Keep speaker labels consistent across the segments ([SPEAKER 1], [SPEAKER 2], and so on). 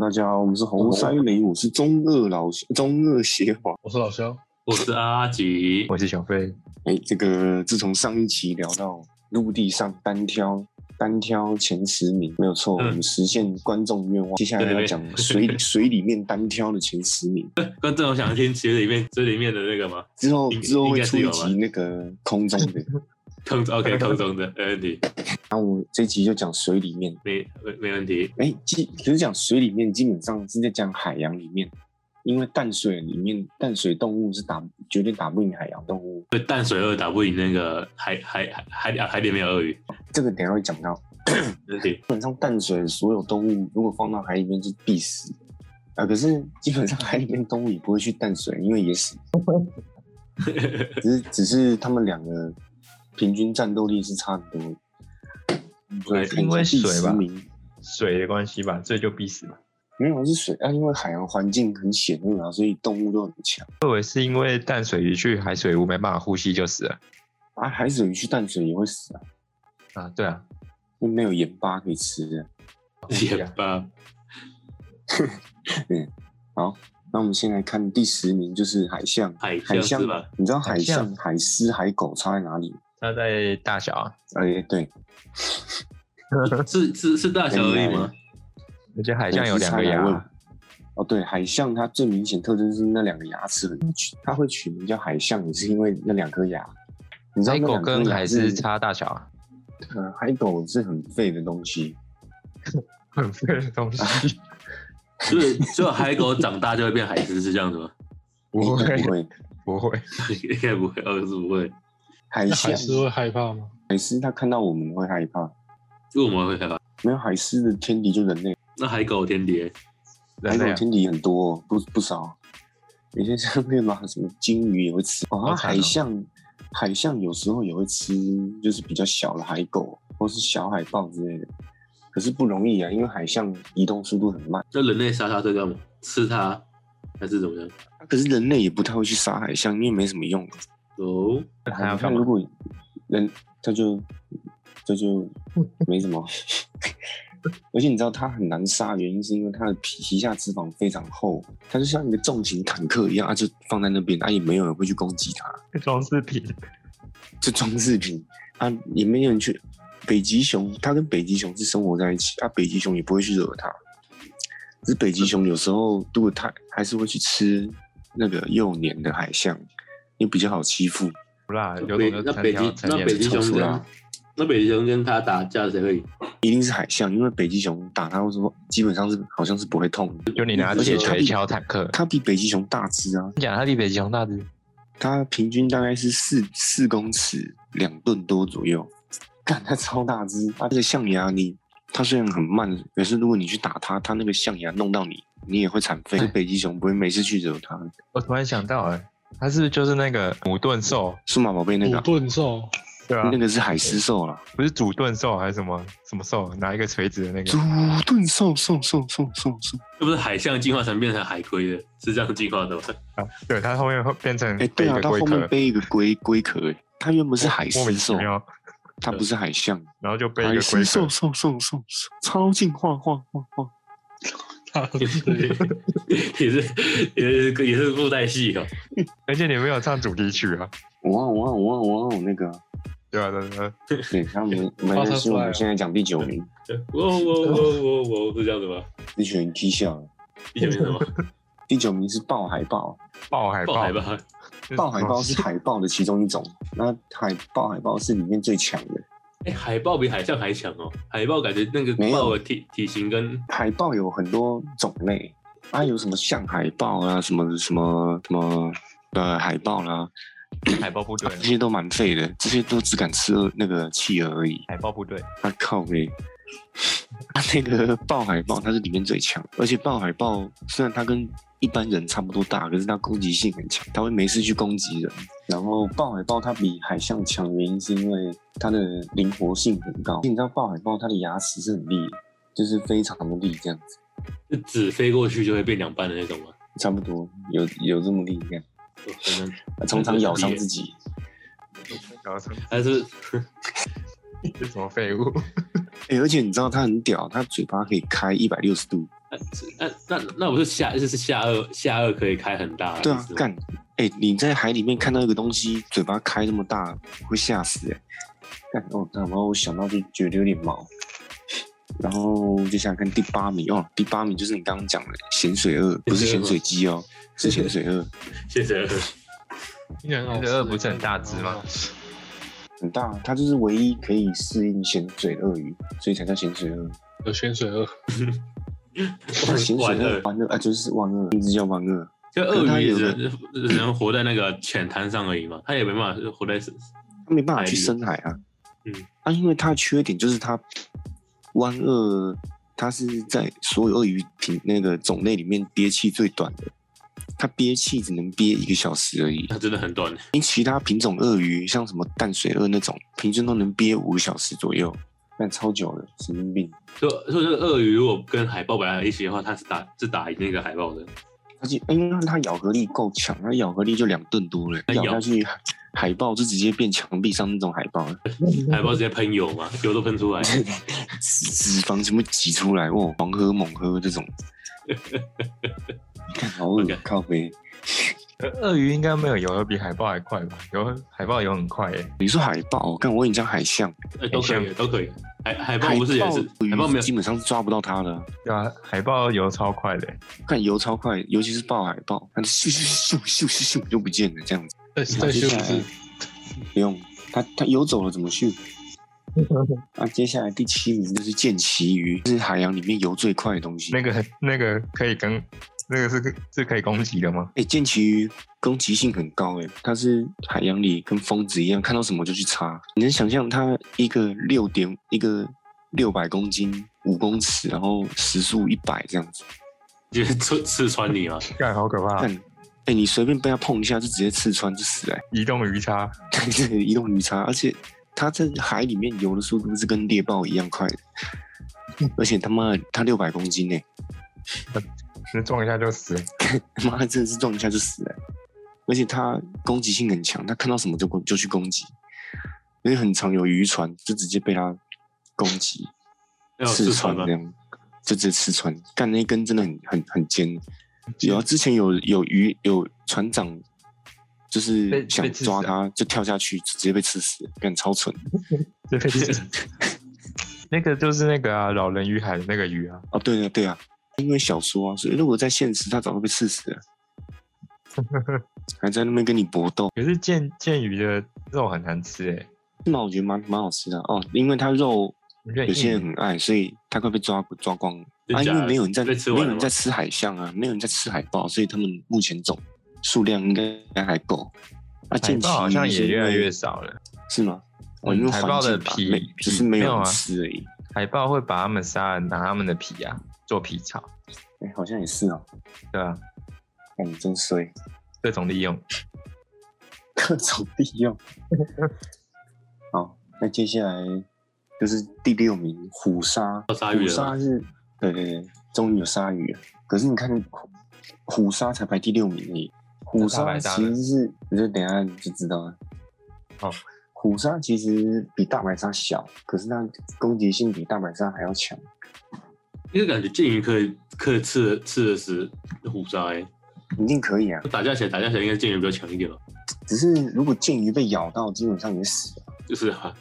[SPEAKER 1] 大家好，我们是猴塞雷，我是中二老中二邪皇。
[SPEAKER 2] 我是老肖，
[SPEAKER 3] 我是阿吉，
[SPEAKER 4] 我是小飞，
[SPEAKER 1] 哎，这个自从上一期聊到陆地上单挑，单挑前十名没有错，
[SPEAKER 3] 嗯
[SPEAKER 1] 我们实现观众愿望。接下来
[SPEAKER 3] 对对
[SPEAKER 1] 要
[SPEAKER 3] 对
[SPEAKER 1] 讲水 里水里面单挑的前十名，
[SPEAKER 3] 观众有想听水里面水里面的那个吗？
[SPEAKER 1] 之后
[SPEAKER 3] 应
[SPEAKER 1] 之后
[SPEAKER 3] 应
[SPEAKER 1] 会
[SPEAKER 3] 该是
[SPEAKER 1] 出一
[SPEAKER 3] 有吧
[SPEAKER 1] 集那个空中 的，
[SPEAKER 3] 坑 OK 坑中的没问题，
[SPEAKER 1] 那我这集就讲水里面。
[SPEAKER 3] 没没没问题。
[SPEAKER 1] 哎，基可是讲水里面，基本上是在讲海洋里面，因为淡水里面淡水动物是打绝对打不赢海洋动物，
[SPEAKER 3] 对淡水鳄打不赢那个海海海海啊海里面有鳄鱼，
[SPEAKER 1] 这个等一下会讲到。
[SPEAKER 3] 没问题。
[SPEAKER 1] 基本上淡水所有动物如果放到海里面就必死啊！可是基本上海里面动物也不会去淡水，因为也死。只是只是他们两个平均战斗力是差很多的。
[SPEAKER 3] 对
[SPEAKER 1] 所以
[SPEAKER 4] 因为水吧
[SPEAKER 1] 第十名
[SPEAKER 4] 水的关系吧，这就必死吧。
[SPEAKER 1] 没有是水啊，因为海洋环境很险恶啊，所以动物都很强
[SPEAKER 4] 我以为是因为淡水鱼去海水屋没办法呼吸就死了
[SPEAKER 1] 啊。海水鱼去淡水也会死啊，
[SPEAKER 4] 啊？对啊，
[SPEAKER 1] 因为没有盐巴可以吃啊。
[SPEAKER 3] 也罢，
[SPEAKER 1] 好，那我们先来看第十名，就是海象。
[SPEAKER 3] 海象
[SPEAKER 1] 海象
[SPEAKER 3] 是吧？
[SPEAKER 1] 你知道海
[SPEAKER 4] 海象
[SPEAKER 1] 象、海狮、海狗差在哪里吗？
[SPEAKER 4] 它在大小啊，
[SPEAKER 1] 哎，对，
[SPEAKER 3] 是是是大小而已吗？
[SPEAKER 4] 而且海象有两个牙啊，。
[SPEAKER 1] 哦，对，海象它最明显特征是那两个牙齿很，它会取名叫海象，也是因为那两颗牙。你知道
[SPEAKER 4] 海
[SPEAKER 1] 那
[SPEAKER 4] 狗
[SPEAKER 1] 两颗
[SPEAKER 4] 跟
[SPEAKER 1] 牙
[SPEAKER 4] 海狮
[SPEAKER 1] 是，
[SPEAKER 4] 差大小啊，
[SPEAKER 1] 呃，海狗是很废的东西，
[SPEAKER 4] 很废的东
[SPEAKER 1] 啊
[SPEAKER 4] 西。
[SPEAKER 3] 就是就海狗长大就会变海狮，是这样子吗？
[SPEAKER 4] 不
[SPEAKER 1] 应该
[SPEAKER 4] 会
[SPEAKER 1] 不会。
[SPEAKER 4] 不会，
[SPEAKER 3] 应该不会，二是不会。
[SPEAKER 1] 海
[SPEAKER 2] 那
[SPEAKER 1] 象
[SPEAKER 2] 海狮会害怕吗？
[SPEAKER 1] 海狮它看到我们会害怕，
[SPEAKER 3] 为什么会害怕？
[SPEAKER 1] 没有海狮的天敌就人类，
[SPEAKER 3] 那海狗天敌欸，
[SPEAKER 1] 海
[SPEAKER 4] 人
[SPEAKER 1] 狗
[SPEAKER 4] 类啊
[SPEAKER 1] 天敌很多、哦，不不少。有些像那个嘛什么鲸鱼也会吃哦，它
[SPEAKER 4] 好惨哦
[SPEAKER 1] 海象海象有时候也会吃，就是比较小的海狗或是小海豹之类的，可是不容易啊，因为海象移动速度很慢。
[SPEAKER 3] 那人类杀它在干嘛？吃它还是怎么样？
[SPEAKER 1] 啊可是人类也不太会去杀海象，因为没什么用。
[SPEAKER 3] 哦，
[SPEAKER 4] 还要
[SPEAKER 1] 哎你看，
[SPEAKER 4] 干
[SPEAKER 1] 如
[SPEAKER 4] 嘛？
[SPEAKER 1] 果人他就这就没什么， 而且你知道它很难杀，原因是因为它的皮皮下脂肪非常厚，它就像一个重型坦克一样，啊它、就放在那边，它、也没有人会去攻击它，
[SPEAKER 4] 装饰品，
[SPEAKER 1] 就装饰品，啊，也没有人去。北极熊，它跟北极熊是生活在一起，啊，北极熊也不会去惹它。只是北极熊有时候，如果它还是会去吃那个幼年的海象，也比较好欺负。
[SPEAKER 4] 不
[SPEAKER 1] 啊
[SPEAKER 4] 啦，有
[SPEAKER 3] 北
[SPEAKER 4] 种就
[SPEAKER 3] 那
[SPEAKER 4] 参
[SPEAKER 3] 北
[SPEAKER 4] 加
[SPEAKER 3] 极
[SPEAKER 4] 参加
[SPEAKER 3] 那北极
[SPEAKER 1] 成
[SPEAKER 3] 熊
[SPEAKER 1] 熟
[SPEAKER 3] 跟
[SPEAKER 1] 啦
[SPEAKER 3] 那北极熊跟它打架谁 会赢？
[SPEAKER 1] 一定是海象，因为北极熊打它，为什么基本上是好像是不会痛的。
[SPEAKER 4] 就你拿铁锤敲坦克，
[SPEAKER 1] 它比北极熊大只啊，
[SPEAKER 4] 讲它比北极熊大只，
[SPEAKER 1] 它平均大概是四四公尺，两吨多左右。干，它超大只，它这个象牙你，它虽然很慢，可是如果你去打它，它那个象牙弄到你，你也会残废。
[SPEAKER 4] 哎
[SPEAKER 1] 北极熊不会没事去惹它，
[SPEAKER 4] 我突然想到，哎，它是不是就是那个母盾兽？
[SPEAKER 1] 数码宝贝那个
[SPEAKER 2] 土
[SPEAKER 1] 啊、
[SPEAKER 2] 遁兽，
[SPEAKER 4] 对哦啊
[SPEAKER 1] 那，个是海狮兽啦，
[SPEAKER 4] 不是主盾兽还是什么什么兽？拿一个锤子的那
[SPEAKER 1] 猪
[SPEAKER 4] 个？
[SPEAKER 1] 盾兽兽兽兽兽兽。
[SPEAKER 3] 那不是海象进化成变成海龟的，是这样进化的 吗？
[SPEAKER 4] 啊，对，它后面会变成
[SPEAKER 1] 哎、
[SPEAKER 4] 背
[SPEAKER 1] 对
[SPEAKER 4] 一
[SPEAKER 1] 啊，
[SPEAKER 4] 个
[SPEAKER 1] 它
[SPEAKER 4] 龟
[SPEAKER 1] 后面
[SPEAKER 4] 壳，
[SPEAKER 1] 背一个龟龟壳、哎它原本是海
[SPEAKER 4] 莫
[SPEAKER 1] 狮
[SPEAKER 4] 名其
[SPEAKER 1] 兽，
[SPEAKER 4] 妙，
[SPEAKER 1] 它不是海象。
[SPEAKER 4] 然后就背一
[SPEAKER 1] 海
[SPEAKER 4] 个龟
[SPEAKER 1] 狮
[SPEAKER 4] 壳
[SPEAKER 1] 兽，兽兽兽兽超进化化化化，
[SPEAKER 2] 它
[SPEAKER 3] 也是也是也是附带戏哦。
[SPEAKER 4] 而且你没有唱主题曲啊？
[SPEAKER 1] 哇哦哇哇哇！那个，
[SPEAKER 4] 对啊，对啊对啊，
[SPEAKER 1] 对，他们 没关系，我们现在讲第九名，
[SPEAKER 3] 哇哇哇哇哇，是这样子吗？
[SPEAKER 1] 第九名踢笑了。
[SPEAKER 3] 第九名是什么？
[SPEAKER 1] 第九名是豹海豹，
[SPEAKER 4] 爆海
[SPEAKER 3] 爆
[SPEAKER 4] 豹，
[SPEAKER 3] 海吧？
[SPEAKER 4] 就是
[SPEAKER 1] 豹海豹是海豹的其中一种，那海豹海豹是里面最强的。
[SPEAKER 3] 哎、海豹比海象还强哦。海豹感觉那个
[SPEAKER 1] 没有
[SPEAKER 3] 豹的体体型跟
[SPEAKER 1] 海豹有很多种类，啊，有什么象海豹啊，什么什么什么呃海豹啦、
[SPEAKER 4] 海豹部队
[SPEAKER 1] 这，些都蛮废的，这些都只敢吃那个企鹅而已。
[SPEAKER 4] 海豹部队，
[SPEAKER 1] 啊靠呗！啊，那个豹海豹它是里面最强，而且豹海豹虽然它跟一般人差不多大，可是它攻击性很强，它会没事去攻击人。然后豹海豹它比海象强，原因是因为它的灵活性很高。你知道豹海豹它的牙齿是很利的，就是非常的利，这样子
[SPEAKER 3] 纸飞过去就会变两半的那种吗？
[SPEAKER 1] 差不多有有这么利，这样
[SPEAKER 3] 哦真的
[SPEAKER 1] 啊常常咬伤自己。
[SPEAKER 4] 然后什
[SPEAKER 3] 还是
[SPEAKER 4] 什么废物？
[SPEAKER 1] 哎、而且你知道它很屌，它嘴巴可以开一百六十度，
[SPEAKER 3] 那那那啊我是下就是下颚下颚可以开很大的，
[SPEAKER 1] 对
[SPEAKER 3] 意
[SPEAKER 1] 啊
[SPEAKER 3] 思，吗
[SPEAKER 1] 干，哎、你在海里面看到一个东西，嘴巴开这么大，会吓死哎、干哦，那然后我想到就觉得有点毛，然后就想想看第八名哦，第八名就是你刚刚讲的咸水鳄，不是咸水鸡哦，是咸水鳄，
[SPEAKER 3] 谢谢。
[SPEAKER 2] 因人而
[SPEAKER 4] 这鳄不是很大只
[SPEAKER 2] 哦
[SPEAKER 4] 吗？？
[SPEAKER 1] 很大，啊它就是唯一可以适应咸水鳄鱼，所以才叫咸 水鳄。
[SPEAKER 2] 有潜水鳄，
[SPEAKER 1] 那咸水
[SPEAKER 3] 完
[SPEAKER 1] 鳄
[SPEAKER 3] 了，
[SPEAKER 1] 弯鳄啊，就是弯鳄，名字叫弯鳄。
[SPEAKER 3] 就鳄
[SPEAKER 1] 可它
[SPEAKER 3] 鱼也
[SPEAKER 1] 有
[SPEAKER 3] 只能只能活在那个浅滩上而已嘛，它也没办法活在
[SPEAKER 1] 他没办法去深海啊。
[SPEAKER 3] 嗯，
[SPEAKER 1] 啊，因为它的缺点就是它湾鳄，它是在所有鳄鱼品那个种类里面憋气最短的，它憋气只能憋一个小时而已。
[SPEAKER 3] 它真的很短。
[SPEAKER 1] 因为其他品种鳄鱼，像什么淡水鳄那种，平均都能憋五个小时左右，但超久了，神经病。
[SPEAKER 3] 所以所以那个鳄鱼如果跟海豹摆在一起的话，它是打是打赢那个海豹的。
[SPEAKER 1] 而且，因为它咬合力够强，它咬合力就两吨多了，
[SPEAKER 3] 它
[SPEAKER 1] 咬
[SPEAKER 3] 咬
[SPEAKER 1] 下去海海豹就直接变墙壁上那种海豹了，
[SPEAKER 3] 海豹直接喷油嘛，油都喷出来。
[SPEAKER 1] 脂脂肪全部挤出来，哦，狂喝猛喝这 种，看好恶
[SPEAKER 3] OK
[SPEAKER 1] 靠背。
[SPEAKER 4] 鳄鱼应该没有游得比海豹还快吧？游海豹游很快耶、
[SPEAKER 1] 你说海豹，看我跟你讲海象，
[SPEAKER 3] 哎，都可以，都可以。海海豹不是也是
[SPEAKER 1] 海
[SPEAKER 3] 海豹
[SPEAKER 1] 豹
[SPEAKER 3] 没有
[SPEAKER 1] 基本上是抓不到它的啊，
[SPEAKER 4] 对啊，海豹游超快的耶、
[SPEAKER 1] 看游超快，尤其是抱海豹，它咻咻咻咻咻咻就不见了，这样子
[SPEAKER 2] 再
[SPEAKER 1] 好
[SPEAKER 2] 再
[SPEAKER 1] 接
[SPEAKER 2] 修
[SPEAKER 1] 下
[SPEAKER 2] 一
[SPEAKER 1] 来
[SPEAKER 2] 次，
[SPEAKER 1] 不用它它游走了怎么咻？那、接下来第七名就是剑鳍鱼，是海洋里面游最快的东西。
[SPEAKER 4] 那个那个可以跟那个是可是可以攻击的吗？
[SPEAKER 1] 哎、剑鳍鱼攻击性很高、欸，它是海洋里跟疯子一样，看到什么就去插。你能想象它一个六点一个六百公斤五公尺，然后时速一百这样子，
[SPEAKER 3] 就是刺刺穿你嘛。
[SPEAKER 4] 干好可怕
[SPEAKER 1] 看！，哎、你随便被它碰一下就直接刺穿就死了、欸，
[SPEAKER 4] 移动鱼叉，
[SPEAKER 1] 看这个移动鱼叉，而且它在海里面游的速度是跟猎豹一样快的，而且他妈的它六百公斤呢、
[SPEAKER 4] 那撞一下就死。
[SPEAKER 1] 他妈的真的是撞一下就死了、而且它攻击性很强，它看到什么就攻就去攻击，而且很常有渔船就直接被它攻击
[SPEAKER 3] 要有
[SPEAKER 1] 刺
[SPEAKER 3] 刺穿
[SPEAKER 1] 穿
[SPEAKER 3] 吗
[SPEAKER 1] 这？样，就直接刺穿，干那一根真的很很很尖。有啊，之前有有鱼有船长就是
[SPEAKER 4] 被
[SPEAKER 1] 想
[SPEAKER 4] 被刺死
[SPEAKER 1] 抓
[SPEAKER 4] 啊
[SPEAKER 1] 它，就跳下去直接被刺死，干超蠢
[SPEAKER 4] 对， 那个就是那个啊，老人与海的那个鱼啊，
[SPEAKER 1] 哦！对啊对啊，因为小说啊，所以如果在现实，它早就被刺死了，还在那边跟你搏斗。
[SPEAKER 4] 可是剑剑鱼的肉很难吃哎、
[SPEAKER 1] 那我觉得蛮蛮好吃的哦，因为它肉
[SPEAKER 4] 有点
[SPEAKER 1] 有些人
[SPEAKER 4] 硬。
[SPEAKER 1] 很爱，所以它快被抓抓光了
[SPEAKER 3] 真
[SPEAKER 1] 啊，因
[SPEAKER 3] 假
[SPEAKER 1] 为
[SPEAKER 3] 的
[SPEAKER 1] 没有人在
[SPEAKER 3] 被
[SPEAKER 1] 没
[SPEAKER 3] 吃
[SPEAKER 1] 有
[SPEAKER 3] 完了
[SPEAKER 1] 人在
[SPEAKER 3] 吗
[SPEAKER 1] 吃海象啊，没有人在吃海豹，所以他们目前总数量应该还够。啊，
[SPEAKER 4] 海
[SPEAKER 1] 剑
[SPEAKER 4] 豹
[SPEAKER 1] 鳍
[SPEAKER 4] 好像也
[SPEAKER 1] 是因
[SPEAKER 4] 越来
[SPEAKER 1] 为
[SPEAKER 4] 越少了，
[SPEAKER 1] 是吗？哦，
[SPEAKER 4] 嗯
[SPEAKER 1] 因为
[SPEAKER 4] 海
[SPEAKER 1] 环
[SPEAKER 4] 豹的
[SPEAKER 1] 境吧
[SPEAKER 4] 皮
[SPEAKER 1] 没
[SPEAKER 4] 皮
[SPEAKER 1] 只是没
[SPEAKER 4] 没有
[SPEAKER 1] 有
[SPEAKER 4] 啊
[SPEAKER 1] 人吃而已。
[SPEAKER 4] 海豹会把它们杀了，拿它们的皮啊做皮草，
[SPEAKER 1] 哎、好像也是哦，
[SPEAKER 4] 对吧、啊？
[SPEAKER 1] 哎，你真衰，
[SPEAKER 4] 各种利用。
[SPEAKER 1] 各种利 用。好，那接下来就是第六名虎鲨，
[SPEAKER 3] 到鲨鱼
[SPEAKER 1] 虎
[SPEAKER 3] 了
[SPEAKER 1] 鲨
[SPEAKER 3] 吗
[SPEAKER 1] 是，对对对，终于有鲨鱼了。可是你看，虎虎鲨才排第六名而已。虎
[SPEAKER 4] 这大
[SPEAKER 1] 鲨
[SPEAKER 4] 白鲨
[SPEAKER 1] 其
[SPEAKER 4] 呢
[SPEAKER 1] 实是，你就等一下你就知道了。
[SPEAKER 4] 哦，
[SPEAKER 1] 虎鲨其实比大白鲨小，可是它攻击性比大白鲨还要强。
[SPEAKER 3] 因为感觉剑鱼可以可以刺刺的死虎鲨欸，
[SPEAKER 1] 一定可以啊，
[SPEAKER 3] 打架起来打架起来应该剑鱼比较强一点吧？
[SPEAKER 1] 只是如果剑鱼被咬到，基本上也死了。
[SPEAKER 3] 就是啊，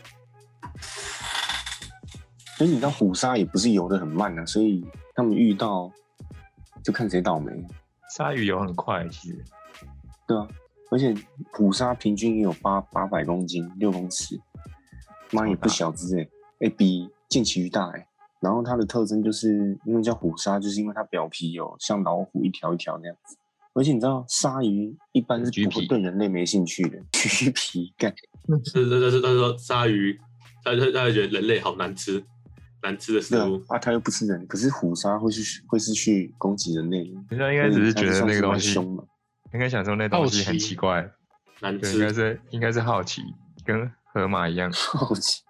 [SPEAKER 1] 所以你知道虎鲨也不是游得很慢啊，所以他们遇到就看谁倒霉。
[SPEAKER 4] 鲨鱼游很快，其实
[SPEAKER 1] 对啊，而且虎鲨平均也有八八百公斤，六公尺，妈也不小只哎、欸，哎、比剑鳍鱼大哎、然后它的特征就是因为叫虎鲨，就是因为它表皮有像老虎一条一条那样子。而且你知道，鲨鱼一般是
[SPEAKER 4] 橘
[SPEAKER 1] 不会
[SPEAKER 4] 皮
[SPEAKER 1] 对人类没兴趣的， 橘皮干
[SPEAKER 3] 是是是，他说鲨鱼，他他他觉得人类好难吃，难吃的食
[SPEAKER 1] 对啊
[SPEAKER 3] 物，
[SPEAKER 1] 啊，它又不吃人，可是虎鲨会去会是去攻击人类的，
[SPEAKER 4] 人家应该只是觉得那个东西，
[SPEAKER 1] 凶嘛。
[SPEAKER 4] 应该想说那东西很奇怪，
[SPEAKER 3] 难
[SPEAKER 4] 对，应该
[SPEAKER 3] 吃。
[SPEAKER 4] 是应该是好奇，跟河马一样。
[SPEAKER 1] 好奇。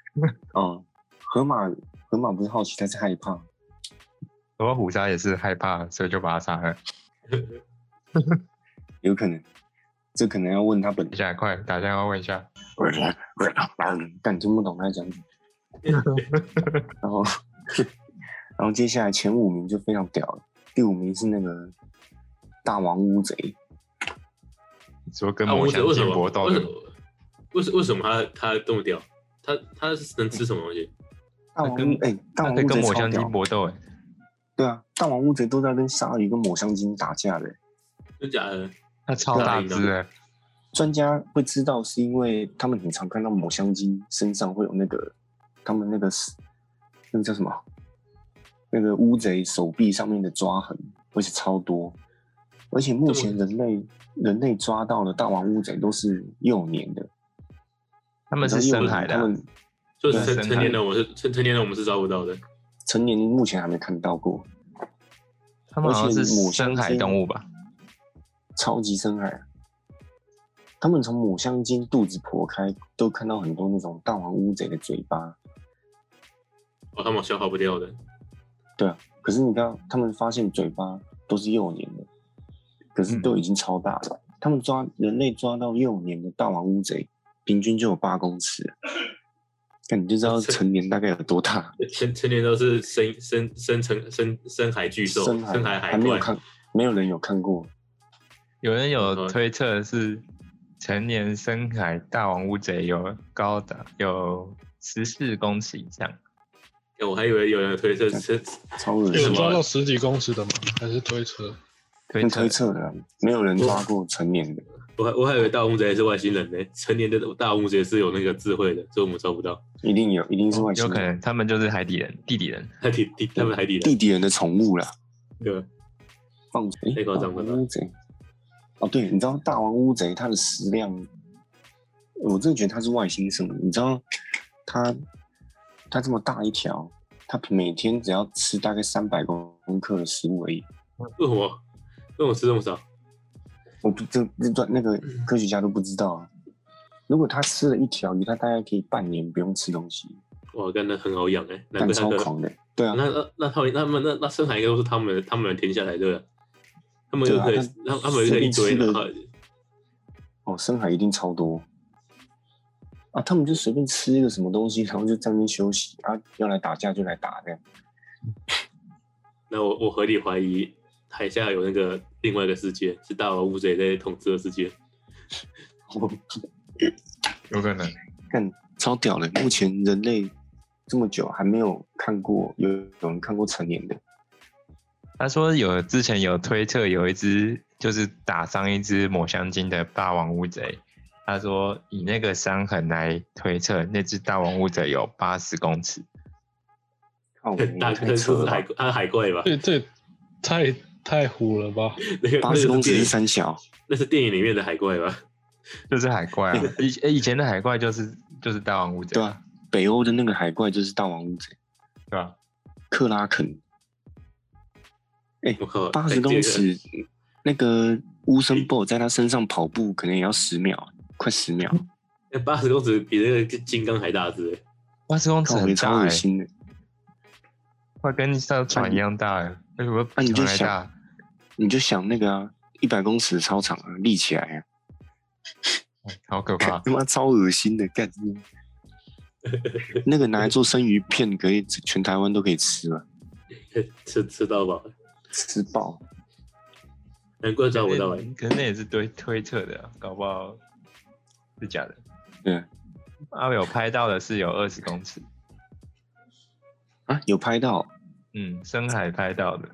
[SPEAKER 1] 哦，河马河马不是好奇，它是害怕。
[SPEAKER 4] 然后虎鲨也是害怕，所以就把它杀了。
[SPEAKER 1] 有可能，这可能要问他本
[SPEAKER 4] 等 一
[SPEAKER 1] 人。
[SPEAKER 4] 下，快打电话问一下。
[SPEAKER 1] 但听不懂他在讲什么。然后，然后接下来前五名就非常屌了，第五名是那个大王乌贼，
[SPEAKER 4] 说跟
[SPEAKER 3] 啊，
[SPEAKER 4] 魔
[SPEAKER 3] 为什
[SPEAKER 4] 想
[SPEAKER 3] 为什
[SPEAKER 4] 剑
[SPEAKER 3] 么？
[SPEAKER 4] 搏斗
[SPEAKER 3] 为什
[SPEAKER 4] 的
[SPEAKER 3] 么？为什为什么他他这么屌？他他是能吃什么东西？
[SPEAKER 1] 大王
[SPEAKER 4] 跟
[SPEAKER 1] 乌哎、大
[SPEAKER 4] 他
[SPEAKER 1] 王
[SPEAKER 4] 可以
[SPEAKER 1] 乌贼
[SPEAKER 4] 跟抹
[SPEAKER 1] 超
[SPEAKER 4] 香鲸
[SPEAKER 1] 屌，
[SPEAKER 4] 搏斗，哎，
[SPEAKER 1] 对啊，大王乌贼都在跟鲨鱼跟抹香鲸打架的、
[SPEAKER 3] 真假的？
[SPEAKER 4] 他超大只欸的，
[SPEAKER 1] 专家会知道，是因为他们很常看到抹香鲸身上会有那个，他们那个是那个叫什么？啊那个乌贼手臂上面的抓痕，而且超多。而且目前人类人类抓到的大王乌贼都是幼年的，
[SPEAKER 4] 他
[SPEAKER 1] 他
[SPEAKER 4] 们是深海的
[SPEAKER 1] 他
[SPEAKER 4] 啊，
[SPEAKER 1] 们
[SPEAKER 3] 就
[SPEAKER 4] 对
[SPEAKER 3] 成
[SPEAKER 4] 生态
[SPEAKER 3] 成年人，我是成成年人，我们是抓不到的。
[SPEAKER 1] 成年目前还没看到过，
[SPEAKER 4] 他们好像
[SPEAKER 1] 而且
[SPEAKER 4] 是
[SPEAKER 1] 抹香
[SPEAKER 4] 深海
[SPEAKER 1] 鲸
[SPEAKER 4] 动物吧？
[SPEAKER 1] 超级深海。啊他们从抹香鲸肚子剖开，都看到很多那种大王乌贼的嘴巴。
[SPEAKER 3] 哦，他们消化不掉的。
[SPEAKER 1] 可是你看，他们发现嘴巴都是幼年
[SPEAKER 4] 嗯
[SPEAKER 1] 的，可是都已经超大了。他们抓人类抓到幼年的大王乌贼，平均就有八公尺，那你就知道成年大概有多大。
[SPEAKER 3] 成成年都是深深深成深深海巨兽，
[SPEAKER 1] 深海
[SPEAKER 3] 深海海
[SPEAKER 1] 还没有
[SPEAKER 3] 怪。
[SPEAKER 1] 看，没有人有看过。
[SPEAKER 4] 有人有
[SPEAKER 3] 嗯
[SPEAKER 4] 推测是成年深海大王乌贼有高达有十四公尺以上，
[SPEAKER 3] 哎我还以为有人推测是
[SPEAKER 1] 超恶
[SPEAKER 2] 有
[SPEAKER 1] 心
[SPEAKER 2] 人
[SPEAKER 3] 么，
[SPEAKER 2] 抓到十几公尺的吗？还是推车？
[SPEAKER 4] 推
[SPEAKER 1] 用
[SPEAKER 4] 测
[SPEAKER 1] 推测的啊，没有人抓过成年的。
[SPEAKER 3] 我还我还以为大乌贼是外星人呢、成年的大乌贼是有那个智慧的，所以我们抓不到。
[SPEAKER 1] 一定有，一定是外
[SPEAKER 4] 哦有
[SPEAKER 1] 星
[SPEAKER 4] 可
[SPEAKER 1] 人。
[SPEAKER 4] 能他们就是海底人、地底人。
[SPEAKER 3] 海底地他们海底人，
[SPEAKER 1] 地底人的宠物啦，
[SPEAKER 3] 对吧？
[SPEAKER 1] 放诶
[SPEAKER 3] 太夸张了吧
[SPEAKER 1] 大王乌贼。哦，对，你知道大王乌贼它的食量，我真的觉得它是外星生物。你知道它它这么大一条，它每天只要吃大概三百公克的食物而已。
[SPEAKER 3] 为什么？为什么吃这么少？
[SPEAKER 1] 我不这这段那个
[SPEAKER 3] 嗯
[SPEAKER 1] 科学家都不知道啊。如果它吃了一条鱼，它大概可以半年不用吃东西，
[SPEAKER 3] 哇，干的很好养哎、难
[SPEAKER 1] 但
[SPEAKER 3] 怪他
[SPEAKER 1] 超
[SPEAKER 3] 的。
[SPEAKER 1] 狂的。对啊，
[SPEAKER 3] 那那那他们那么那那深海应该都是他们的他们的天下才对啊。他们就可以
[SPEAKER 1] 对啊，
[SPEAKER 3] 他
[SPEAKER 1] 那
[SPEAKER 3] 他们就可以一堆，
[SPEAKER 1] 随便吃
[SPEAKER 3] 然
[SPEAKER 1] 的
[SPEAKER 3] 后
[SPEAKER 1] 哦，深海一定超多啊！他们就随便吃一个什么东西，然后就在那边休息啊，要来打架就来打这样。
[SPEAKER 3] 那我我合理怀疑海下有那个另外一个世界，是大王乌贼在统治的世界。
[SPEAKER 4] 有可能，
[SPEAKER 1] 看超屌的，目前人类这么久还没有看过有有人看过成年的，
[SPEAKER 4] 他说有之前有推测有一只就是打伤一只抹香鲸的霸王乌贼，他说以那个伤痕来推测那只大王乌贼有八十公尺，
[SPEAKER 1] 靠北，
[SPEAKER 3] 大
[SPEAKER 1] 太
[SPEAKER 3] 哥
[SPEAKER 1] 扯
[SPEAKER 3] 是
[SPEAKER 1] 了
[SPEAKER 3] 海
[SPEAKER 1] 嗯吧！
[SPEAKER 3] 怪他是海怪吧？
[SPEAKER 2] 这这太太虎了吧！
[SPEAKER 3] 那个
[SPEAKER 1] 八十公尺是
[SPEAKER 3] 那是电影
[SPEAKER 1] 三小，
[SPEAKER 3] 那是电影里面的海怪吧？
[SPEAKER 4] 就是海怪啊，以诶以前的海怪就是就是大王乌贼，
[SPEAKER 1] 对啊，北欧的那个海怪就是大王乌贼
[SPEAKER 4] 对吧？
[SPEAKER 1] 克拉肯，
[SPEAKER 3] 我靠，
[SPEAKER 1] 八
[SPEAKER 3] 哎
[SPEAKER 1] 十公，尺，那个乌森布在他身上跑步可能也要十秒，快十秒，
[SPEAKER 3] 哎八十公尺比那个金刚还大只、欸。
[SPEAKER 4] 八十公尺
[SPEAKER 1] 靠北
[SPEAKER 4] 很
[SPEAKER 1] 超
[SPEAKER 4] 大
[SPEAKER 1] 恶
[SPEAKER 4] 哎、
[SPEAKER 1] 心的。
[SPEAKER 4] 快跟上船一样大哎、为什么
[SPEAKER 1] 那
[SPEAKER 4] 比
[SPEAKER 1] 你就
[SPEAKER 4] 船还
[SPEAKER 1] 想
[SPEAKER 4] 大？
[SPEAKER 1] 你就想那个啊，一百公尺的操场啊，立起来啊，
[SPEAKER 4] 好可怕
[SPEAKER 1] 干！他妈超恶心的，干！ 那个拿来做生鱼片，可以全台湾都可以吃了，
[SPEAKER 3] 吃吃到饱，
[SPEAKER 1] 吃爆！
[SPEAKER 3] 难怪抓不到哎、
[SPEAKER 1] 嗯
[SPEAKER 4] 那可是那也是推推测的啊、搞不好是假的。
[SPEAKER 1] 对
[SPEAKER 4] 阿伟有拍到的是有二十公尺，
[SPEAKER 1] 啊，有拍到
[SPEAKER 4] 嗯，深海拍到的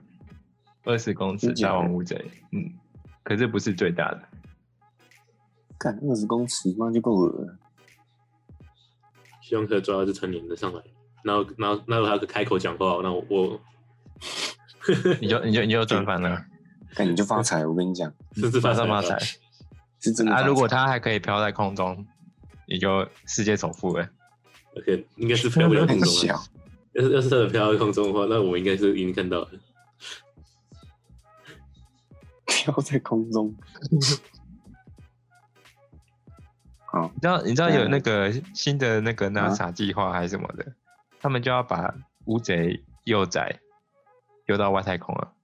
[SPEAKER 4] 二十公尺
[SPEAKER 1] 真假
[SPEAKER 4] 大
[SPEAKER 1] 的
[SPEAKER 4] 王乌贼，嗯，可是不是最大的，
[SPEAKER 1] 干二十公尺，那就够恶了。
[SPEAKER 3] 希望可以抓到这成年的上来。然后，然后，那如果他开口讲话，那我我
[SPEAKER 4] 你就你就你就赚翻 了，
[SPEAKER 1] 干你就发 财，我跟你讲，
[SPEAKER 3] 甚至
[SPEAKER 4] 马
[SPEAKER 3] 发
[SPEAKER 4] 上发
[SPEAKER 3] 发
[SPEAKER 4] 财。。
[SPEAKER 1] 是真的发
[SPEAKER 4] 啊，
[SPEAKER 1] 财。
[SPEAKER 4] 如果它还可以飘在空中，你就世界首富了。
[SPEAKER 3] OK，应该 是飘不了空
[SPEAKER 1] 很
[SPEAKER 3] 中了。
[SPEAKER 1] 小，
[SPEAKER 3] 要是要是真的飘到空中的话，那我应该是已经看到了。
[SPEAKER 1] 飘在空中。好，
[SPEAKER 4] 你知道你知道有
[SPEAKER 1] 嗯
[SPEAKER 4] 那个新的那个
[SPEAKER 1] 啊
[SPEAKER 4] NASA 计划还是什么的，他们就要把乌贼幼崽丢到外太空了，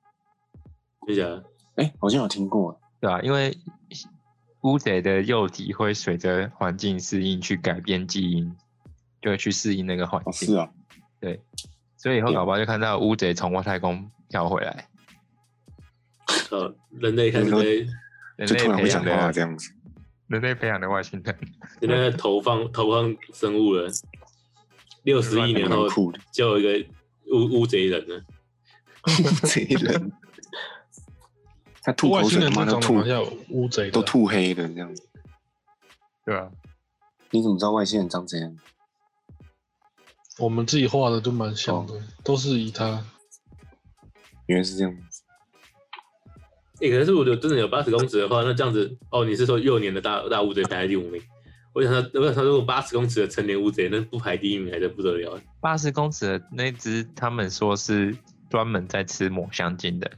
[SPEAKER 3] 就讲
[SPEAKER 1] 哎、好像有听过，
[SPEAKER 4] 对吧、因为乌贼的幼体会随着环境适应去改变基因，就会去适应那个环
[SPEAKER 1] 哦，
[SPEAKER 4] 境，
[SPEAKER 1] 是啊，
[SPEAKER 4] 对，所以以后搞不好就看到乌贼从外太空跳回来，
[SPEAKER 3] 呃，人类开始在
[SPEAKER 4] 人
[SPEAKER 1] 就
[SPEAKER 4] 类
[SPEAKER 1] 突然
[SPEAKER 4] 培
[SPEAKER 1] 会讲
[SPEAKER 4] 养
[SPEAKER 1] 话这
[SPEAKER 4] 的
[SPEAKER 1] 样子。
[SPEAKER 4] 人类培养的外星人，
[SPEAKER 3] 人类在投放投放生物了。六十亿年后
[SPEAKER 1] 蛮 酷的，
[SPEAKER 3] 就有一个乌乌贼人了，
[SPEAKER 1] 这些人，他吐
[SPEAKER 2] 外
[SPEAKER 1] 口
[SPEAKER 2] 星
[SPEAKER 1] 水
[SPEAKER 2] 人
[SPEAKER 1] 嘛，
[SPEAKER 2] 这
[SPEAKER 1] 都
[SPEAKER 2] 种
[SPEAKER 1] 吐
[SPEAKER 2] 好像有乌贼的
[SPEAKER 1] 都，吐黑的这样子。
[SPEAKER 4] 对吧？
[SPEAKER 1] 你怎么知道外星人长怎样？
[SPEAKER 2] 我们自己画的就蛮像
[SPEAKER 1] 哦
[SPEAKER 2] 的，都是以它
[SPEAKER 1] 原来是这样子。
[SPEAKER 3] 诶、可是如果真的有八十公尺的话，那这样子哦，你是说幼年的大大乌贼排在第五名？我想说，我想说，如果八十公尺的成年乌贼，那不排第一名还真不得了。
[SPEAKER 4] 八十公尺的那只，他们说是专门在吃抹香鲸的，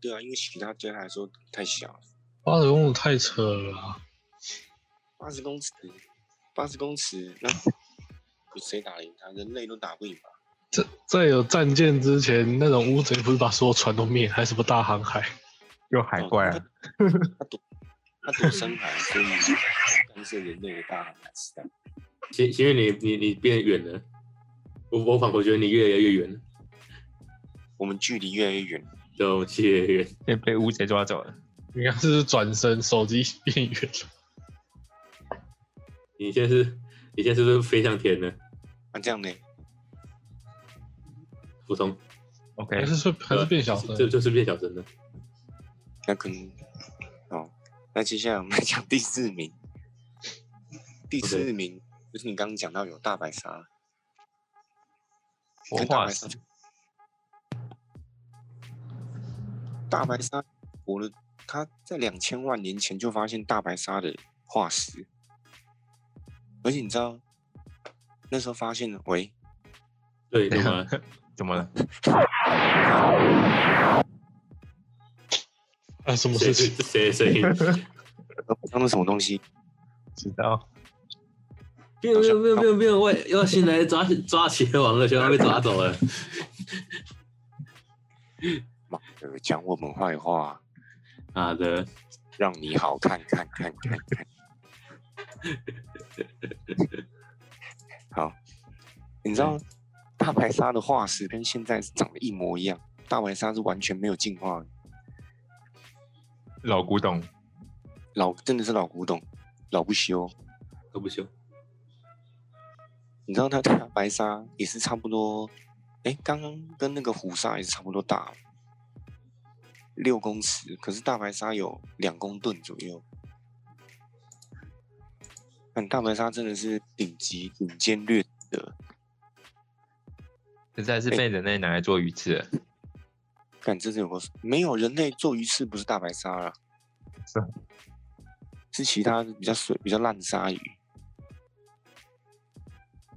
[SPEAKER 1] 对啊，因为其他对他来说太小了，
[SPEAKER 2] 八十公尺太扯了啊。
[SPEAKER 1] 八十公尺，八十公尺，那谁打得赢他？人类都打不赢吧？
[SPEAKER 2] 在在有战舰之前，那种乌贼不是把所有船都灭，还什么大航海？
[SPEAKER 4] 又海怪
[SPEAKER 1] 哦
[SPEAKER 4] 啊，
[SPEAKER 1] 他躲，他躲深海，所以干涉人类的大航海时代。
[SPEAKER 3] 其其实你你你变远了，我我仿佛觉得你越来越远了，
[SPEAKER 1] 我们距离越来越远，
[SPEAKER 3] 对，我们哦越来越远。
[SPEAKER 4] 被被乌贼抓走了。
[SPEAKER 2] 你看是不是转身，手机变远了。
[SPEAKER 3] 你现在是，你现在是不是飞上天了？
[SPEAKER 1] 那、这样呢？
[SPEAKER 3] 普通，
[SPEAKER 2] 还
[SPEAKER 4] OK，
[SPEAKER 2] 是说还是变小声？
[SPEAKER 3] 这就是变小声了。
[SPEAKER 1] 那可能哦。那接下来我们来讲第四名，第四名就是你刚刚讲到有大白鲨，
[SPEAKER 4] 我
[SPEAKER 1] 跟大
[SPEAKER 4] 画
[SPEAKER 1] 白鲨就，大白鲨，我的他在两千万年前就发现大白鲨的化石，而且你知道那时候发现的，喂，
[SPEAKER 3] 对，对吗？
[SPEAKER 4] 怎么了？
[SPEAKER 2] 啊，什么
[SPEAKER 3] 谁
[SPEAKER 2] 事
[SPEAKER 3] 谁
[SPEAKER 2] 情？
[SPEAKER 3] 谁谁谁？
[SPEAKER 1] 刚刚什么东西？
[SPEAKER 4] 知道
[SPEAKER 3] 变变变变变！外要新来抓抓起王了，全要被抓走了。
[SPEAKER 1] 妈的，讲我们坏话，啊
[SPEAKER 3] 好的，
[SPEAKER 1] 让你好看看看看看。 好，你知道大白鲨的化石跟现在是长得一模一样，大白鲨是完全没有进化的，
[SPEAKER 4] 老古董，
[SPEAKER 1] 老真的是老古董，老不休。
[SPEAKER 3] 都不行。
[SPEAKER 1] 你知道它大白鲨也是差不多，哎，刚刚跟那个虎鲨也是差不多大，六公尺，可是大白鲨有两公吨左右。但大白鲨真的是顶级顶尖掠的，
[SPEAKER 4] 实在是被人类拿来做鱼吃了。
[SPEAKER 1] 干，这是有个没有人类做鱼翅不是大白鲨啦，
[SPEAKER 4] 是啊
[SPEAKER 1] 是其他比较水、比较烂的鲨鱼。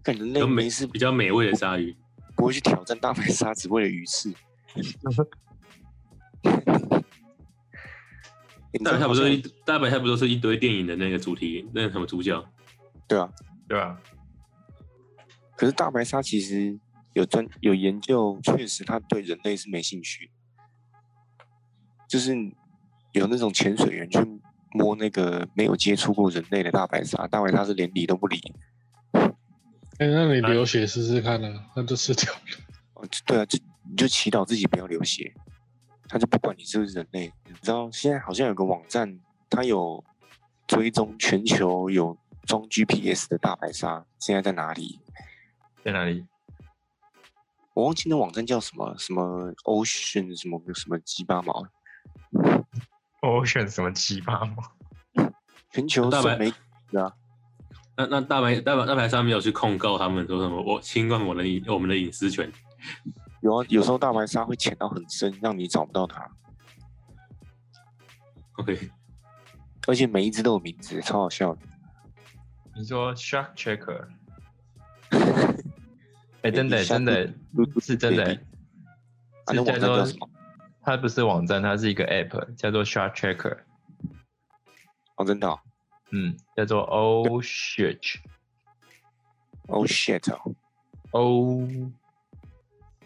[SPEAKER 1] 干人类
[SPEAKER 3] 有美
[SPEAKER 1] 没事
[SPEAKER 3] 比较美味的鲨鱼，
[SPEAKER 1] 不会去挑战大白鲨，只为了鱼 翅。你知
[SPEAKER 3] 大
[SPEAKER 1] 道
[SPEAKER 3] 白鲨
[SPEAKER 1] 好
[SPEAKER 3] 不
[SPEAKER 1] 像
[SPEAKER 3] 是一大白鲨不都是一堆电影的那个主题，那个什么主角？
[SPEAKER 1] 对啊？
[SPEAKER 4] 对吧？
[SPEAKER 1] 可是大白鲨其实有专有研究，确实它对人类是没兴趣，就是有那种潜水员去摸那个没有接触过人类的大白鲨，大白鲨是连理都不理。
[SPEAKER 2] 哎、那你流血试试看啊，那就吃掉了。
[SPEAKER 1] 哦，就对啊，就你就祈祷自己不要流血，他就不管你是不是人类。你知道现在好像有个网站，它有追踪全球有装 GPS 的大白鲨现在在哪里，
[SPEAKER 4] 在哪里？
[SPEAKER 1] 我忘记那网站叫什么什么 Ocean 什么什么鸡巴毛，
[SPEAKER 4] 我选什么鸡巴吗？
[SPEAKER 1] 全球
[SPEAKER 3] 大白
[SPEAKER 1] 是没的啊，
[SPEAKER 3] 那那大白大白大白鲨没有去控告他们说什么我侵犯我的隐我们的隐私权，
[SPEAKER 1] 有啊，有时候大白鲨会潜到很深，让你找不到它，
[SPEAKER 3] OK，
[SPEAKER 1] 而且每一只都有名字，超好笑的。
[SPEAKER 4] 你说 Shark Checker？哎、真的真的
[SPEAKER 1] 嘟嘟
[SPEAKER 4] 是真的、
[SPEAKER 1] baby 啊，那
[SPEAKER 4] 是
[SPEAKER 1] 网
[SPEAKER 4] 叫
[SPEAKER 1] 站叫什
[SPEAKER 4] 做
[SPEAKER 1] 么？
[SPEAKER 4] 它不是网站，它是一个 App，叫做 Shark Checker，
[SPEAKER 1] 哦，真的哦
[SPEAKER 4] 嗯，叫做 O Shit
[SPEAKER 1] ，Oh shit 哦
[SPEAKER 4] O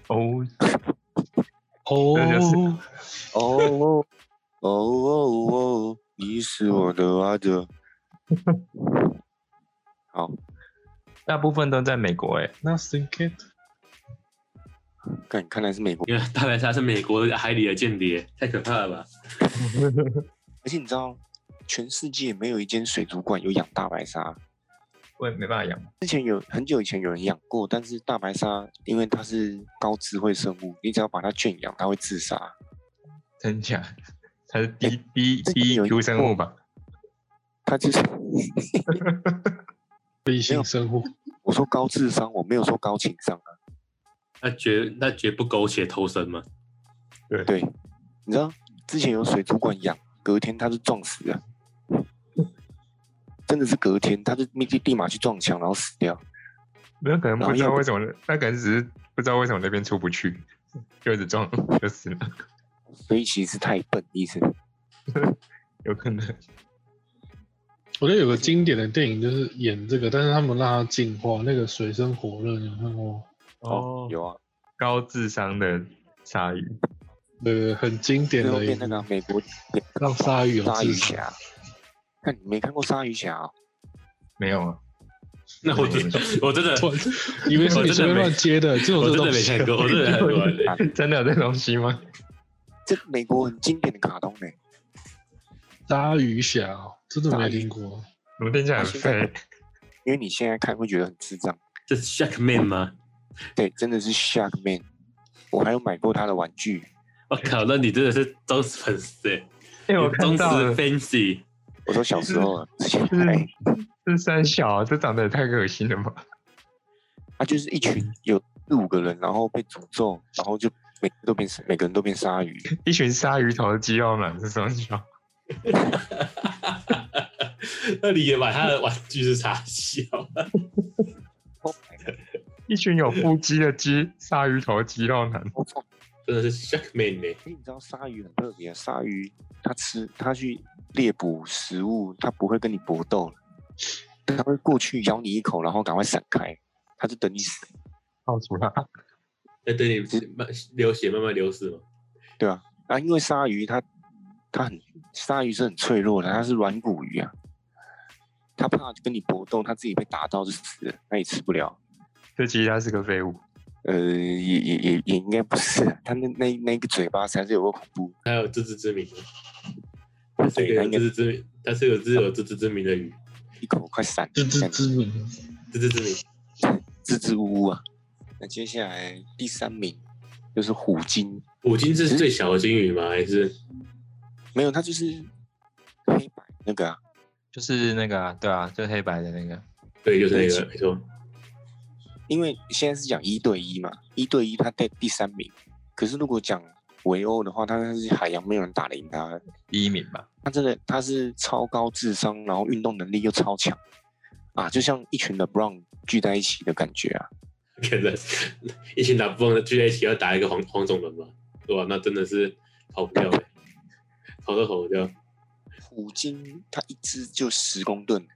[SPEAKER 4] O
[SPEAKER 2] 哦、
[SPEAKER 4] 对就是
[SPEAKER 1] 哦哦哦哦，你是我的阿哲。好，
[SPEAKER 4] 大部分都在美国哎、欸
[SPEAKER 2] n o t h i n g it。
[SPEAKER 1] 看，看来是美国。
[SPEAKER 3] 因为大白鲨是美国海里的间谍，太可怕了吧？
[SPEAKER 1] 而且你知道，全世界没有一间水族馆有养大白鲨。
[SPEAKER 4] 我也没办法养。
[SPEAKER 1] 之前有很久以前有人养过，但是大白鲨因为它是高智慧生物，你只要把它圈养，它会自杀。
[SPEAKER 4] 真假？它是低
[SPEAKER 1] 哎
[SPEAKER 4] 低
[SPEAKER 1] 这个
[SPEAKER 4] 低
[SPEAKER 1] 有
[SPEAKER 4] Q 生物吧？
[SPEAKER 1] 它就是
[SPEAKER 2] 理性生活，
[SPEAKER 1] 我说高智商，我没有说高情商啊。
[SPEAKER 3] 那绝那绝不苟且偷生嘛？
[SPEAKER 4] 对
[SPEAKER 1] 对，你知道之前有水族馆养，隔天它是撞死的， 真的是隔天，它是立立马去撞墙，然后死掉。
[SPEAKER 4] 那可
[SPEAKER 1] 然
[SPEAKER 4] 能不
[SPEAKER 1] 后
[SPEAKER 4] 知
[SPEAKER 1] 要
[SPEAKER 4] 道
[SPEAKER 1] 不
[SPEAKER 4] 为什么，那可能只是不知道为什么那边出不去，就一直撞就死了，
[SPEAKER 1] 所以其实太笨，意思。
[SPEAKER 4] 有可能。
[SPEAKER 2] 我觉得有个经典的电影就是演这个，但是他们让它进化，那个水深火热，你有看过吗？
[SPEAKER 1] 有啊，
[SPEAKER 4] 高智商的鲨鱼，
[SPEAKER 2] 对对，对很经典
[SPEAKER 1] 最后
[SPEAKER 2] 的一
[SPEAKER 1] 变
[SPEAKER 2] 部
[SPEAKER 1] 那，个啊美国
[SPEAKER 2] 让鲨鱼有
[SPEAKER 1] 鲨
[SPEAKER 2] 智
[SPEAKER 1] 鱼
[SPEAKER 2] 商。
[SPEAKER 1] 侠。看你没看过鲨鱼侠啊、
[SPEAKER 4] 没有啊？
[SPEAKER 3] 那我真
[SPEAKER 1] 嗯
[SPEAKER 3] 我真的
[SPEAKER 2] 突然以为是
[SPEAKER 3] 我真
[SPEAKER 2] 你
[SPEAKER 3] 的
[SPEAKER 2] 随便
[SPEAKER 3] 没
[SPEAKER 2] 乱接的，这种
[SPEAKER 3] 我
[SPEAKER 2] 这
[SPEAKER 3] 真
[SPEAKER 2] 种
[SPEAKER 3] 的没看过，我真的没 看过。对
[SPEAKER 4] 真的有这东西吗？
[SPEAKER 1] 这美国很经典的卡通呢、
[SPEAKER 2] 鲨鱼侠哦，真的没听过。
[SPEAKER 4] 怎么听起来很
[SPEAKER 1] 它现在
[SPEAKER 4] 废？
[SPEAKER 1] 因为你现在看会觉得很智障。
[SPEAKER 3] 这是 Shark Man 吗？
[SPEAKER 1] 对，真的是 Shark Man。我还有买过他的玩具，
[SPEAKER 3] 我 靠，那你真的是忠实粉丝哎、
[SPEAKER 4] 因为 我
[SPEAKER 3] 你忠
[SPEAKER 4] 看
[SPEAKER 3] 实
[SPEAKER 4] 到了，
[SPEAKER 3] fancy，
[SPEAKER 1] 我说小时候啊，之前
[SPEAKER 2] 嗯
[SPEAKER 4] 是
[SPEAKER 1] 哎，
[SPEAKER 4] 是三小，啊这长得也太恶心了吧？
[SPEAKER 1] 他就是一
[SPEAKER 2] 嗯
[SPEAKER 1] 群有四五个人，然后被诅咒，然后就每个都变每个人都变鲨 鱼。
[SPEAKER 4] 一群鲨鱼头的肌肉男是什么小？
[SPEAKER 3] 欸那你也买他的玩具是傻笑，
[SPEAKER 1] Oh my god，
[SPEAKER 4] 一群有腹肌的肌鲨鱼头肌肉男，
[SPEAKER 1] 好痛
[SPEAKER 3] 真的是 Shark Man 哎、
[SPEAKER 1] 哎你知道鲨鱼很特别，鲨鱼它吃它去猎捕食物，它不会跟你搏斗了，它会过去咬你一口，然后赶快闪开，它就等你死。
[SPEAKER 4] 好啊出来！
[SPEAKER 3] 在等你
[SPEAKER 1] 嗯
[SPEAKER 3] 慢流血慢慢流失吗？
[SPEAKER 1] 对啊，啊，因为鲨鱼它它很鲨鱼是很脆弱的，它是软骨鱼啊，它怕跟你搏斗，它自己被打到就死了，那也吃不了。
[SPEAKER 4] 这其实他是个废物。
[SPEAKER 1] 呃，也也也也应该不是啊，它那那那个嘴巴才是有个恐怖。
[SPEAKER 3] 还有自知之明，它是
[SPEAKER 1] 对
[SPEAKER 3] 一个
[SPEAKER 1] 它
[SPEAKER 3] 有
[SPEAKER 1] 应该
[SPEAKER 3] 自知之明，它是有自有自知之明的鱼，
[SPEAKER 1] 一口快闪，
[SPEAKER 2] 知知之明，
[SPEAKER 3] 自知之明。
[SPEAKER 1] 支支吾吾啊。那接下来第三名就是虎鲸，
[SPEAKER 3] 虎鲸
[SPEAKER 1] 嗯
[SPEAKER 3] 是最小的鲸鱼吗？还是
[SPEAKER 1] 没有，它就是黑白那个啊，
[SPEAKER 4] 就是那个、啊，对啊，就黑白的那个，
[SPEAKER 3] 对，就是那
[SPEAKER 1] 对
[SPEAKER 3] 个，没错。
[SPEAKER 1] 因为现在是讲一对一嘛，一对一它在第三名，可是如果讲围殴的话，它是海洋没有人打得赢它的。
[SPEAKER 4] 第一名吧。
[SPEAKER 1] 他真的他是超高智商，然后运动能力又超强啊，就像一群的 Brown 聚在一起的感觉啊。
[SPEAKER 3] 可能一群打不疯的聚在一起要打一个黄黄种人吧？哇，那真的是跑不掉、欸，跑都跑不掉。
[SPEAKER 1] 虎鲸它一只就十公吨，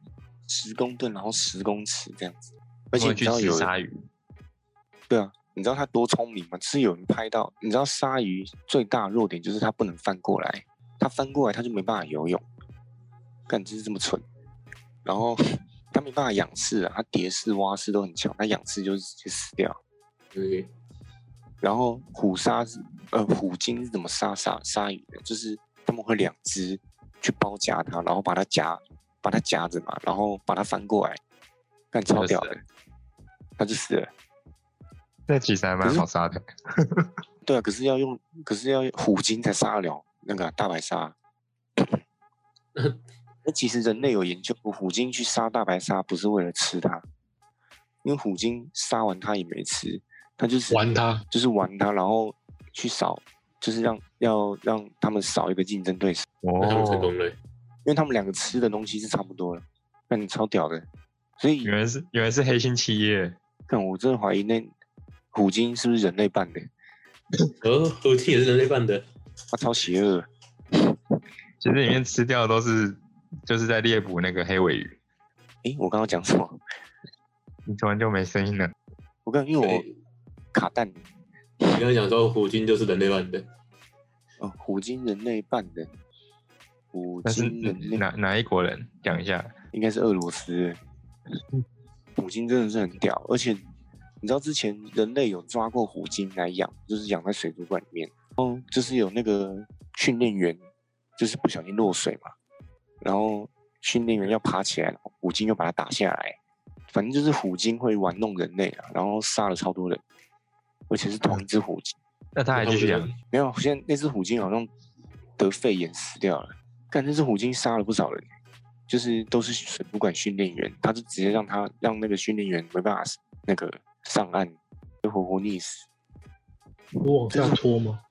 [SPEAKER 1] 十公吨，然后十公尺这样子。而且
[SPEAKER 4] 我
[SPEAKER 1] 你
[SPEAKER 4] 去
[SPEAKER 1] 知道
[SPEAKER 4] 吃
[SPEAKER 1] 有
[SPEAKER 4] 鲨鱼，
[SPEAKER 1] 对啊，你知道它多聪明吗？是有人拍到，你知道鲨鱼最大的弱点就是它不能翻过来，它翻过来它就没办法游泳，干就是这么蠢。然后它没办法仰视啊，它蝶式、蛙式都很强，它仰视就是直接死掉。
[SPEAKER 3] 对，
[SPEAKER 1] 然后虎鲨是呃虎鲸是怎么杀鲨鲨鱼的？就是他们会两只去包夹它，然后把它夹把它夹着嘛，然后把它翻过来，干超
[SPEAKER 4] 就
[SPEAKER 1] 屌
[SPEAKER 4] 死
[SPEAKER 1] 的，它就死了。
[SPEAKER 4] 那其实还蛮好杀的。
[SPEAKER 1] 对啊，可是要用可是要用虎鲸才杀得了那个啊大白 鲨。那其实人类有研究过，虎鲸去杀大白鲨不是为了吃它，因为虎鲸杀完它也没吃，它就是
[SPEAKER 2] 玩它，
[SPEAKER 1] 就是玩它，然后去扫，就是让要让他们少一个竞争对手，
[SPEAKER 3] 那他们成
[SPEAKER 4] 哦，
[SPEAKER 3] 功了、欸。
[SPEAKER 1] 因为他们两个吃的东西是差不多的，那你超屌的，所以
[SPEAKER 2] 啊
[SPEAKER 4] 原来是原来是黑心企业，
[SPEAKER 1] 看我真的怀疑那虎鲸是不是人类扮的，
[SPEAKER 3] 哦，虎鲸也是人类办的，
[SPEAKER 1] 它超邪恶的。
[SPEAKER 4] 其实里面吃掉的都是就是在猎捕那个黑尾鱼。
[SPEAKER 1] 诶，我刚刚讲什么？
[SPEAKER 4] 你突然就没声音了，
[SPEAKER 1] 我刚因为我卡蛋
[SPEAKER 3] 你刚才讲说虎鲸就是人类办的，
[SPEAKER 1] 哦，虎鲸人类扮的，虎
[SPEAKER 4] 但是嗯
[SPEAKER 1] 鲸人类
[SPEAKER 4] 哪哪一国人？讲一下，嗯
[SPEAKER 1] 应该是俄罗斯的。虎鲸真的是很屌，而且你知道之前人类有抓过虎鲸来养，就是养在水族馆里面，然后就是有那个训练员就是不小心落水嘛，然后训练员要爬起来，然后虎鲸又把它打下来，反正就是虎鲸会玩弄人类啊，然后杀了超多人，而且是同一只虎鲸。
[SPEAKER 4] 那他还继续养，
[SPEAKER 1] 没有，现在那只虎鲸好像得肺炎死掉了。但那只虎鲸杀了不少人，就是都是水族馆训练员，他就直接让他让那个训练员没办法那个上岸，就活活溺死。
[SPEAKER 2] 我往下拖吗？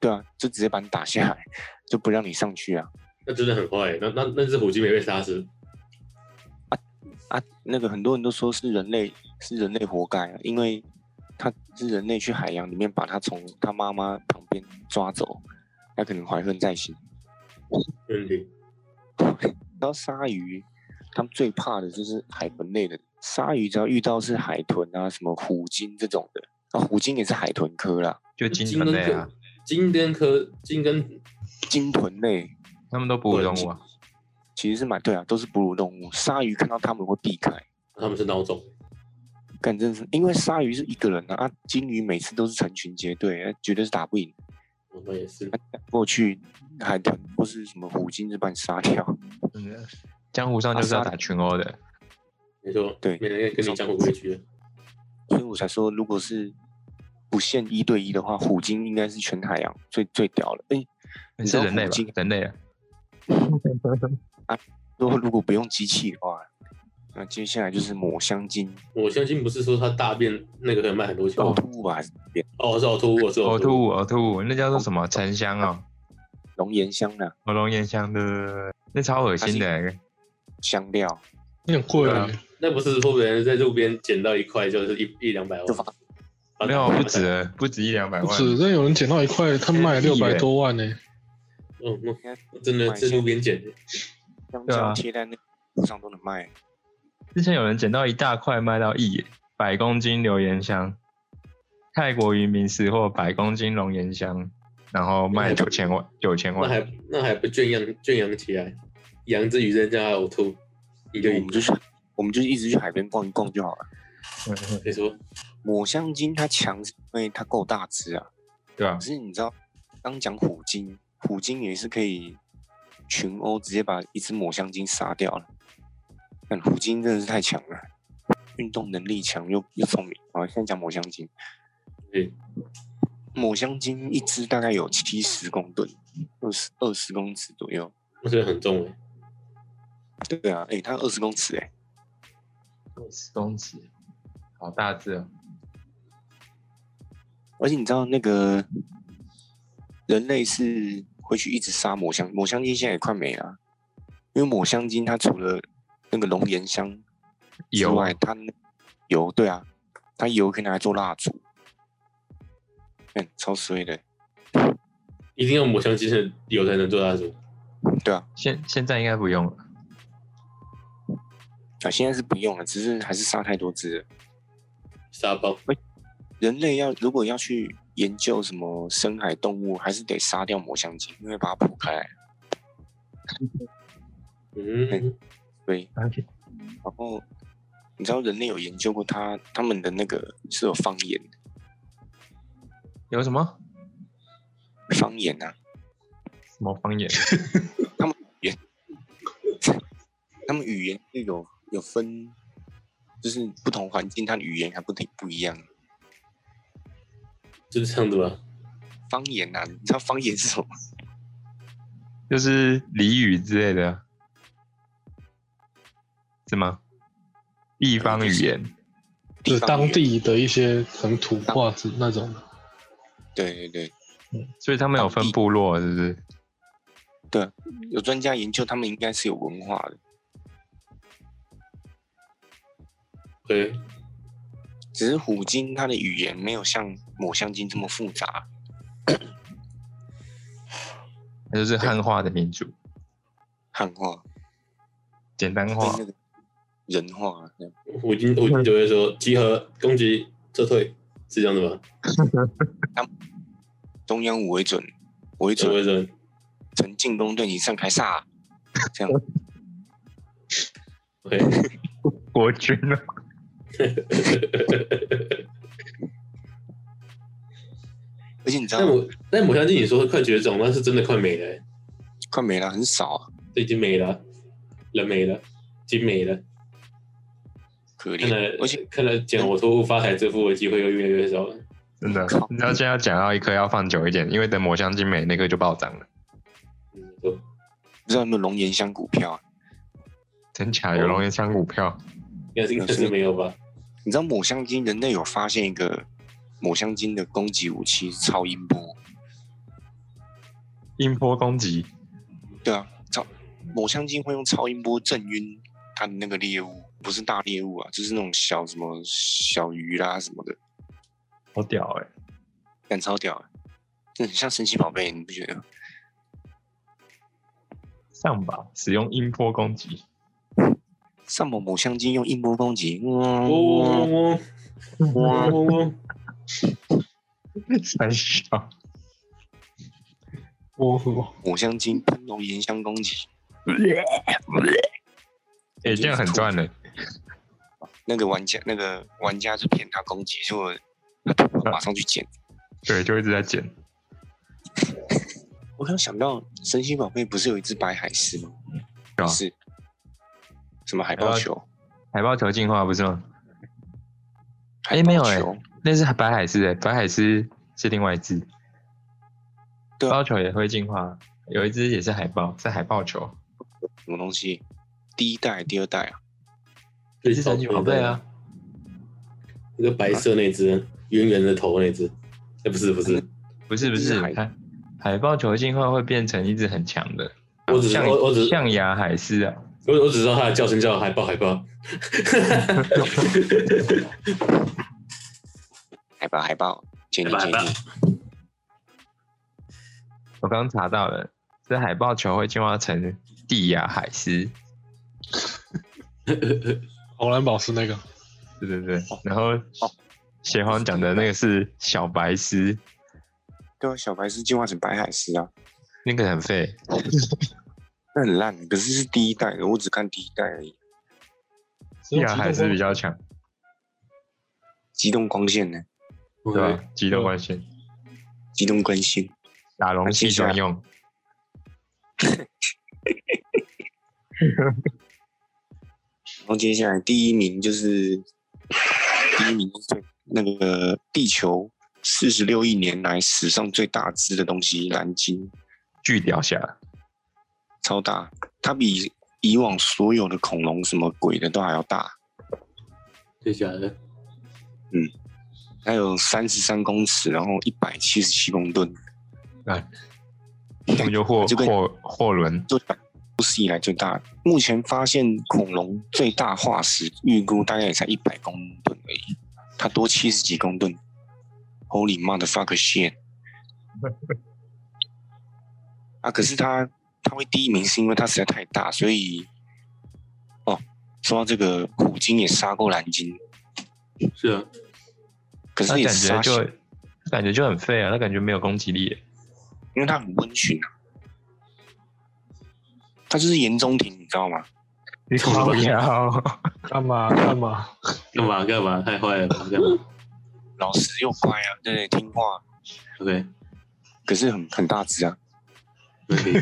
[SPEAKER 1] 对啊，就直接把你打下来，就不让你上去啊
[SPEAKER 3] 那真的很坏。欸那那那只虎鲸没被杀死，
[SPEAKER 1] 啊！那个很多人都说是人类是人类活该啊，因为他是人类去海洋里面把他从他妈妈旁边抓走，他可能怀恨在心。
[SPEAKER 3] 没问题。
[SPEAKER 1] 然后鲨鱼，他们最怕的就是海豚类的。鲨鱼只要遇到是海豚啊，什么虎鲸这种的，啊，虎鲸也是海豚科啦，
[SPEAKER 4] 就鲸豚类啊，
[SPEAKER 3] 鲸跟科鲸跟
[SPEAKER 1] 鲸豚类
[SPEAKER 4] 他们都哺乳动物啊。
[SPEAKER 1] 其实是蛮对啊，都是哺乳动物。鲨鱼看到它们会避开，
[SPEAKER 3] 他们是孬种，
[SPEAKER 1] 干真是因为鲨鱼是一个人啊，啊，鲸鱼每次都是成群结队，啊绝对是打不赢。
[SPEAKER 3] 我们哦也是。
[SPEAKER 1] 过去海豚或是什么虎鲸就把你杀掉，
[SPEAKER 4] 嗯江湖上就是要打群殴的，
[SPEAKER 3] 没错，
[SPEAKER 1] 对
[SPEAKER 3] 没人跟你讲过规矩的。
[SPEAKER 1] 所以我才说，如果是不限一对一的话，虎鲸应该是全海洋最最屌的。哎、你知
[SPEAKER 4] 是
[SPEAKER 1] 道
[SPEAKER 4] 人类
[SPEAKER 1] 虎
[SPEAKER 4] 吧
[SPEAKER 1] 鲸？
[SPEAKER 4] 人类啊，
[SPEAKER 1] 如果如果不用机器的话，那接下来就是抹香鲸、
[SPEAKER 3] 我相信不是说它大便那个可以卖很多钱
[SPEAKER 1] 呕
[SPEAKER 3] 哦，
[SPEAKER 1] 吐物吧、
[SPEAKER 3] 是呕吐物，是
[SPEAKER 4] 呕
[SPEAKER 3] 呕
[SPEAKER 4] 吐
[SPEAKER 3] 物。
[SPEAKER 4] 物，呕吐物，那叫做什么沉香哦，
[SPEAKER 1] 龙涎香啊、
[SPEAKER 4] 喉咙烟香的，那超恶心的，
[SPEAKER 1] 香料，
[SPEAKER 2] 你很会
[SPEAKER 3] 对啊
[SPEAKER 2] 啊，
[SPEAKER 3] 那不是说别人在路边捡到一块就是一一两百
[SPEAKER 1] 就
[SPEAKER 3] 万啊
[SPEAKER 1] 发，
[SPEAKER 3] 把它
[SPEAKER 4] 没有
[SPEAKER 3] 把它
[SPEAKER 4] 不止了，不止一两百
[SPEAKER 2] 不
[SPEAKER 4] 万，
[SPEAKER 2] 止，那有人捡到一块，
[SPEAKER 1] 哎
[SPEAKER 2] 他卖
[SPEAKER 4] 一亿
[SPEAKER 2] 六百
[SPEAKER 4] 耶
[SPEAKER 2] 多万呢、欸
[SPEAKER 3] 嗯，嗯真的在路边捡的，
[SPEAKER 1] 香
[SPEAKER 4] 对
[SPEAKER 1] 蕉
[SPEAKER 4] 啊
[SPEAKER 1] 贴在那个路上都能卖。
[SPEAKER 4] 之前有人捡到一大块卖到一耶百公斤榴莲香，泰国渔民识获百公斤龙涎香，然后卖九千万，九千
[SPEAKER 3] 那
[SPEAKER 4] 万，
[SPEAKER 3] 还那还不圈养圈养起来，养只鱼在家呕吐，你就
[SPEAKER 1] 嗯我们就去，我们就一直去海边逛一逛就好了。
[SPEAKER 4] 嗯
[SPEAKER 3] 你说
[SPEAKER 1] 抹香鲸它强是因为它够大只啊，
[SPEAKER 4] 对吧
[SPEAKER 1] 可？是你知道，刚讲虎鲸，虎鲸也是可以群殴直接把一只抹香鲸杀掉了。但虎鲸真的是太强了，运动能力强又又聪明。啊，现在讲抹香鲸。
[SPEAKER 3] 对，
[SPEAKER 1] 抹香鲸一只大概有七十公吨，二十二十公尺左右。
[SPEAKER 3] 我觉得很重哎，
[SPEAKER 1] 对啊，诶、它二十公尺诶、
[SPEAKER 4] 二十公尺，好大只哦！
[SPEAKER 1] 而且你知道那个人类是会去一直杀抹香，抹香鲸现在也快没了啊，因为抹香鲸它除了那个龙涎香之
[SPEAKER 4] 油
[SPEAKER 1] 外，它那油对啊，它油可以拿来做蜡烛，嗯，超衰的，
[SPEAKER 3] 一定要抹香鲸的油才能做大猪。
[SPEAKER 1] 对啊，
[SPEAKER 4] 现现在应该不用了。
[SPEAKER 1] 啊现在是不用了，只是还是杀太多只了。
[SPEAKER 3] 沙包，
[SPEAKER 1] 人类要如果要去研究什么深海动物，还是得杀掉抹香鲸，因为把它剖开来。
[SPEAKER 3] 嗯，
[SPEAKER 1] 对，然后你知道人类有研究过它，它们的那个是有方言的，
[SPEAKER 4] 有什么
[SPEAKER 1] 方言啊，
[SPEAKER 4] 什么方言？
[SPEAKER 1] 它们语言是有有分，就是不同环境它的语言还不挺不一样。
[SPEAKER 3] 就是这样子吧。
[SPEAKER 1] 方言啊，你知道方言是什么吗？
[SPEAKER 4] 就是俚语之类的，啊是吗？地方语言，
[SPEAKER 2] 就是
[SPEAKER 1] 方
[SPEAKER 2] 当
[SPEAKER 1] 言。
[SPEAKER 2] 地的一些可能土话之那种的。
[SPEAKER 1] 对对对，
[SPEAKER 4] 所以他们有分部落，是不是？
[SPEAKER 1] 有专家研究，他们应该是有文化的，
[SPEAKER 3] 对，
[SPEAKER 1] 只是虎鲸它的语言没有像抹香鲸这么复杂。
[SPEAKER 4] 那就是汉化的民族，
[SPEAKER 1] 汉化
[SPEAKER 4] 简单
[SPEAKER 1] 跟
[SPEAKER 4] 化
[SPEAKER 1] 那。个人化啊这样
[SPEAKER 3] 虎鲸虎鲸就会说集合攻击撤退，是这样子吧？
[SPEAKER 1] 中央五为准，五为
[SPEAKER 3] 所
[SPEAKER 1] 准，
[SPEAKER 3] 谓的
[SPEAKER 1] 曾进攻对你上开煞，这样
[SPEAKER 3] OK，
[SPEAKER 4] 哦国军啊，
[SPEAKER 1] 而且你知道
[SPEAKER 3] 但
[SPEAKER 1] 吗
[SPEAKER 3] 我但抹香鲸你说快绝种，那是真的快没了、欸，
[SPEAKER 1] 快没了，很少啊，
[SPEAKER 3] 这已经没了，人没了，鲸没了。
[SPEAKER 1] 可
[SPEAKER 3] 看
[SPEAKER 1] 怜。
[SPEAKER 3] 来
[SPEAKER 1] 而且
[SPEAKER 3] 看来捡我托付发财致富的机会又越来越少了。
[SPEAKER 4] 真的
[SPEAKER 1] 靠，
[SPEAKER 4] 你知道现在要讲到一颗要放久一点，因为等抹香鲸没那个就暴涨了。
[SPEAKER 3] 嗯，都
[SPEAKER 1] 不知道有没有龙岩香股票啊？
[SPEAKER 4] 真
[SPEAKER 3] 哦
[SPEAKER 4] 假有龙岩香股票，
[SPEAKER 3] 应该是应该是没有吧？
[SPEAKER 1] 你知道抹香鲸，人类有发现一个抹香鲸的攻击武器是超音波。
[SPEAKER 4] 音波攻击，
[SPEAKER 1] 对啊，超抹香鲸会用超音波震晕它的那个猎物，不是大猎物啊，就是那种小什么小鱼啦什么的，
[SPEAKER 4] 好屌哎、
[SPEAKER 1] 感超屌、欸，这很像神奇宝贝，你不觉得吗？
[SPEAKER 4] 上吧，使用音波攻击，
[SPEAKER 1] 上某抹香鲸用音波攻击，
[SPEAKER 3] 嗡嗡
[SPEAKER 1] 哇
[SPEAKER 3] 嗡嗡
[SPEAKER 1] 哇
[SPEAKER 3] 嗡！嗡嗡，
[SPEAKER 4] 三 小，
[SPEAKER 2] 我我
[SPEAKER 1] 抹香鲸喷龙岩香攻击，
[SPEAKER 4] 哎、这样很赚的、
[SPEAKER 1] 那个玩家那个玩家就骗他攻击，结果他突然马上去捡。
[SPEAKER 4] 对，就一直在捡。
[SPEAKER 1] 我刚想到神奇宝贝不是有一只白海狮吗？
[SPEAKER 4] 有啊哎
[SPEAKER 1] 是什么海豹球？
[SPEAKER 4] 海豹球进化不是吗？
[SPEAKER 1] 海
[SPEAKER 4] 哎没有
[SPEAKER 1] 豹
[SPEAKER 4] 哎
[SPEAKER 1] 球
[SPEAKER 4] 那是白海狮哎、白海狮是另外一只，
[SPEAKER 1] 对啊
[SPEAKER 4] 豹球也会进化，有一只也是海豹，是海豹球，
[SPEAKER 1] 什么东西？第一代、第二代啊？
[SPEAKER 4] 也是神奇宝贝啊，
[SPEAKER 3] 一个白色那只，圆圆的头那只，哎，不是不是，
[SPEAKER 4] 不是不
[SPEAKER 1] 这
[SPEAKER 4] 是
[SPEAKER 1] 是海
[SPEAKER 4] 海海豹球进化会变成一只很强的，
[SPEAKER 3] 我只是
[SPEAKER 4] 象
[SPEAKER 3] 我我只
[SPEAKER 4] 象牙海狮啊，
[SPEAKER 3] 我我只知道它的叫声叫海豹海豹。
[SPEAKER 1] 海豹，海豹，鉴定
[SPEAKER 3] 海
[SPEAKER 1] 鉴
[SPEAKER 3] 豹
[SPEAKER 1] 定。
[SPEAKER 4] 我刚刚查到了，这海豹球会进化成地亚海狮，
[SPEAKER 2] 红蓝宝石那个，
[SPEAKER 4] 对对对，
[SPEAKER 2] 哦
[SPEAKER 4] 然后邪皇讲的那个是小白狮，
[SPEAKER 1] 对啊，小白狮进化成白海狮啊，
[SPEAKER 4] 那个很废，
[SPEAKER 1] 那很烂，欸可是是第一代的，我只看第一代而已。
[SPEAKER 4] 地
[SPEAKER 2] 只有
[SPEAKER 4] 亚
[SPEAKER 2] 极
[SPEAKER 4] 海
[SPEAKER 2] 冻
[SPEAKER 4] 狮
[SPEAKER 2] 光
[SPEAKER 4] 比较强，
[SPEAKER 1] 机动光线呢？
[SPEAKER 4] 对啊吧
[SPEAKER 3] OK，？
[SPEAKER 4] 激动关
[SPEAKER 2] 嗯
[SPEAKER 4] 系，
[SPEAKER 1] 机动光线，
[SPEAKER 4] 打龙器专用。
[SPEAKER 1] 然后接下来第一名就是第一名就是最那个地球四十六亿年来史上最大只的东西——蓝鲸，
[SPEAKER 4] 巨屌侠，
[SPEAKER 1] 超大，它比以往所有的恐龙什么鬼的都还要大，
[SPEAKER 3] 最假的，
[SPEAKER 1] 它有三十三公尺，然后一百七十七公吨，
[SPEAKER 4] 他们就霍
[SPEAKER 1] 就跟
[SPEAKER 4] 霍霍伦，
[SPEAKER 1] 就有史以来最大。目前发现恐龙最大化石预估大概也才一百公吨而已，它多七十几公吨。Holy motherfucker shit！啊，可是它它会第一名是因为它实在太大，所以哦，说到这个，虎鲸也杀过蓝鲸，
[SPEAKER 3] 是啊，
[SPEAKER 1] 可
[SPEAKER 4] 他
[SPEAKER 1] 是也
[SPEAKER 4] 感
[SPEAKER 1] 是
[SPEAKER 4] 觉
[SPEAKER 1] 杀
[SPEAKER 4] 就
[SPEAKER 1] 小，
[SPEAKER 4] 他感觉就很废啊，他感觉没有攻击力，
[SPEAKER 1] 因为它很温驯啊。它就是岩中艇，你知道吗？
[SPEAKER 4] 你
[SPEAKER 3] 靠
[SPEAKER 4] 腰，
[SPEAKER 2] 干嘛干嘛？
[SPEAKER 3] 干嘛干嘛？太坏了吧，干嘛
[SPEAKER 1] 老实又乖啊，对不对，听话，
[SPEAKER 3] ？OK，
[SPEAKER 1] 可是很很大只啊。
[SPEAKER 3] 没问题。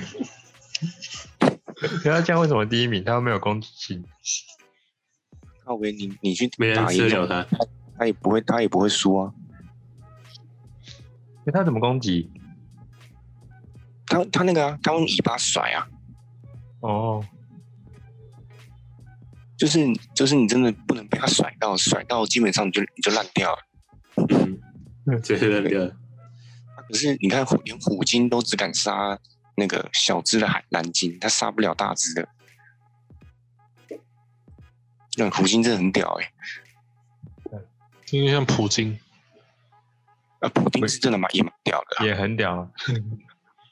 [SPEAKER 4] 不要啊这样，为什么第一名他又没有攻击性？
[SPEAKER 1] 靠维，你你去
[SPEAKER 3] 没人
[SPEAKER 1] 打
[SPEAKER 3] 吃
[SPEAKER 1] 赢
[SPEAKER 3] 得了它。
[SPEAKER 1] 他也不会，他也不会输啊。
[SPEAKER 4] 诶他怎么攻击？
[SPEAKER 1] 他他那个啊，他用尾巴甩啊，
[SPEAKER 4] 哦，
[SPEAKER 1] 就是就是你真的不能被他甩到，甩到基本上你就你就烂掉了。
[SPEAKER 3] 嗯，这是烂掉了。
[SPEAKER 1] 可是你看，连虎鲸都只敢杀那个小只的海蓝鲸，它杀不了大只的。那虎鲸真的很屌哎、
[SPEAKER 2] 听着像普京，
[SPEAKER 1] 啊，普丁是真的蛮也蛮屌的啊、
[SPEAKER 4] 也很屌啊，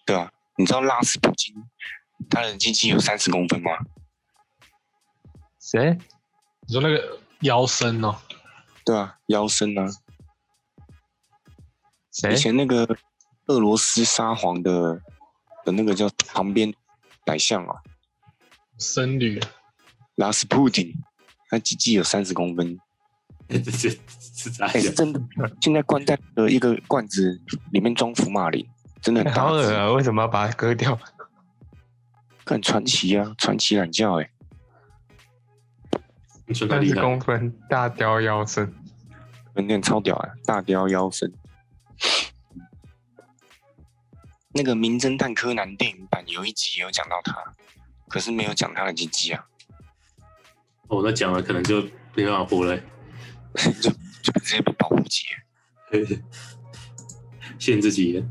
[SPEAKER 1] 对啊，你知道拉斯普京他的鸡鸡有三十公分吗？
[SPEAKER 4] 谁？
[SPEAKER 2] 你说那个腰身哦，
[SPEAKER 1] 对啊，腰身啊，
[SPEAKER 4] 谁
[SPEAKER 1] 以？前那个俄罗斯沙皇的的那个叫旁边宰相啊，
[SPEAKER 2] 僧侣，
[SPEAKER 1] 拉斯普丁，他鸡鸡有三十公分，
[SPEAKER 3] 这这是咋
[SPEAKER 1] 哎、
[SPEAKER 3] 想？
[SPEAKER 1] 真 的，现在灌在的一个罐子里面装福马林，真的很大
[SPEAKER 4] 好恶
[SPEAKER 1] 只，
[SPEAKER 4] 啊！为什么要把它割掉？
[SPEAKER 1] 很传奇啊，传奇懒觉哎、
[SPEAKER 3] 你说他
[SPEAKER 4] 三
[SPEAKER 3] 厉
[SPEAKER 4] 十
[SPEAKER 3] 害？
[SPEAKER 4] 公分大雕腰身，
[SPEAKER 1] 有点超屌啊，大雕腰身。那个《名侦探柯南》电影版有一集有讲到他，可是没有讲他的鸡鸡啊，
[SPEAKER 3] 哦，那讲了可能就没办法播了、
[SPEAKER 1] 就直接被保护级了。
[SPEAKER 3] 欸，限制级了。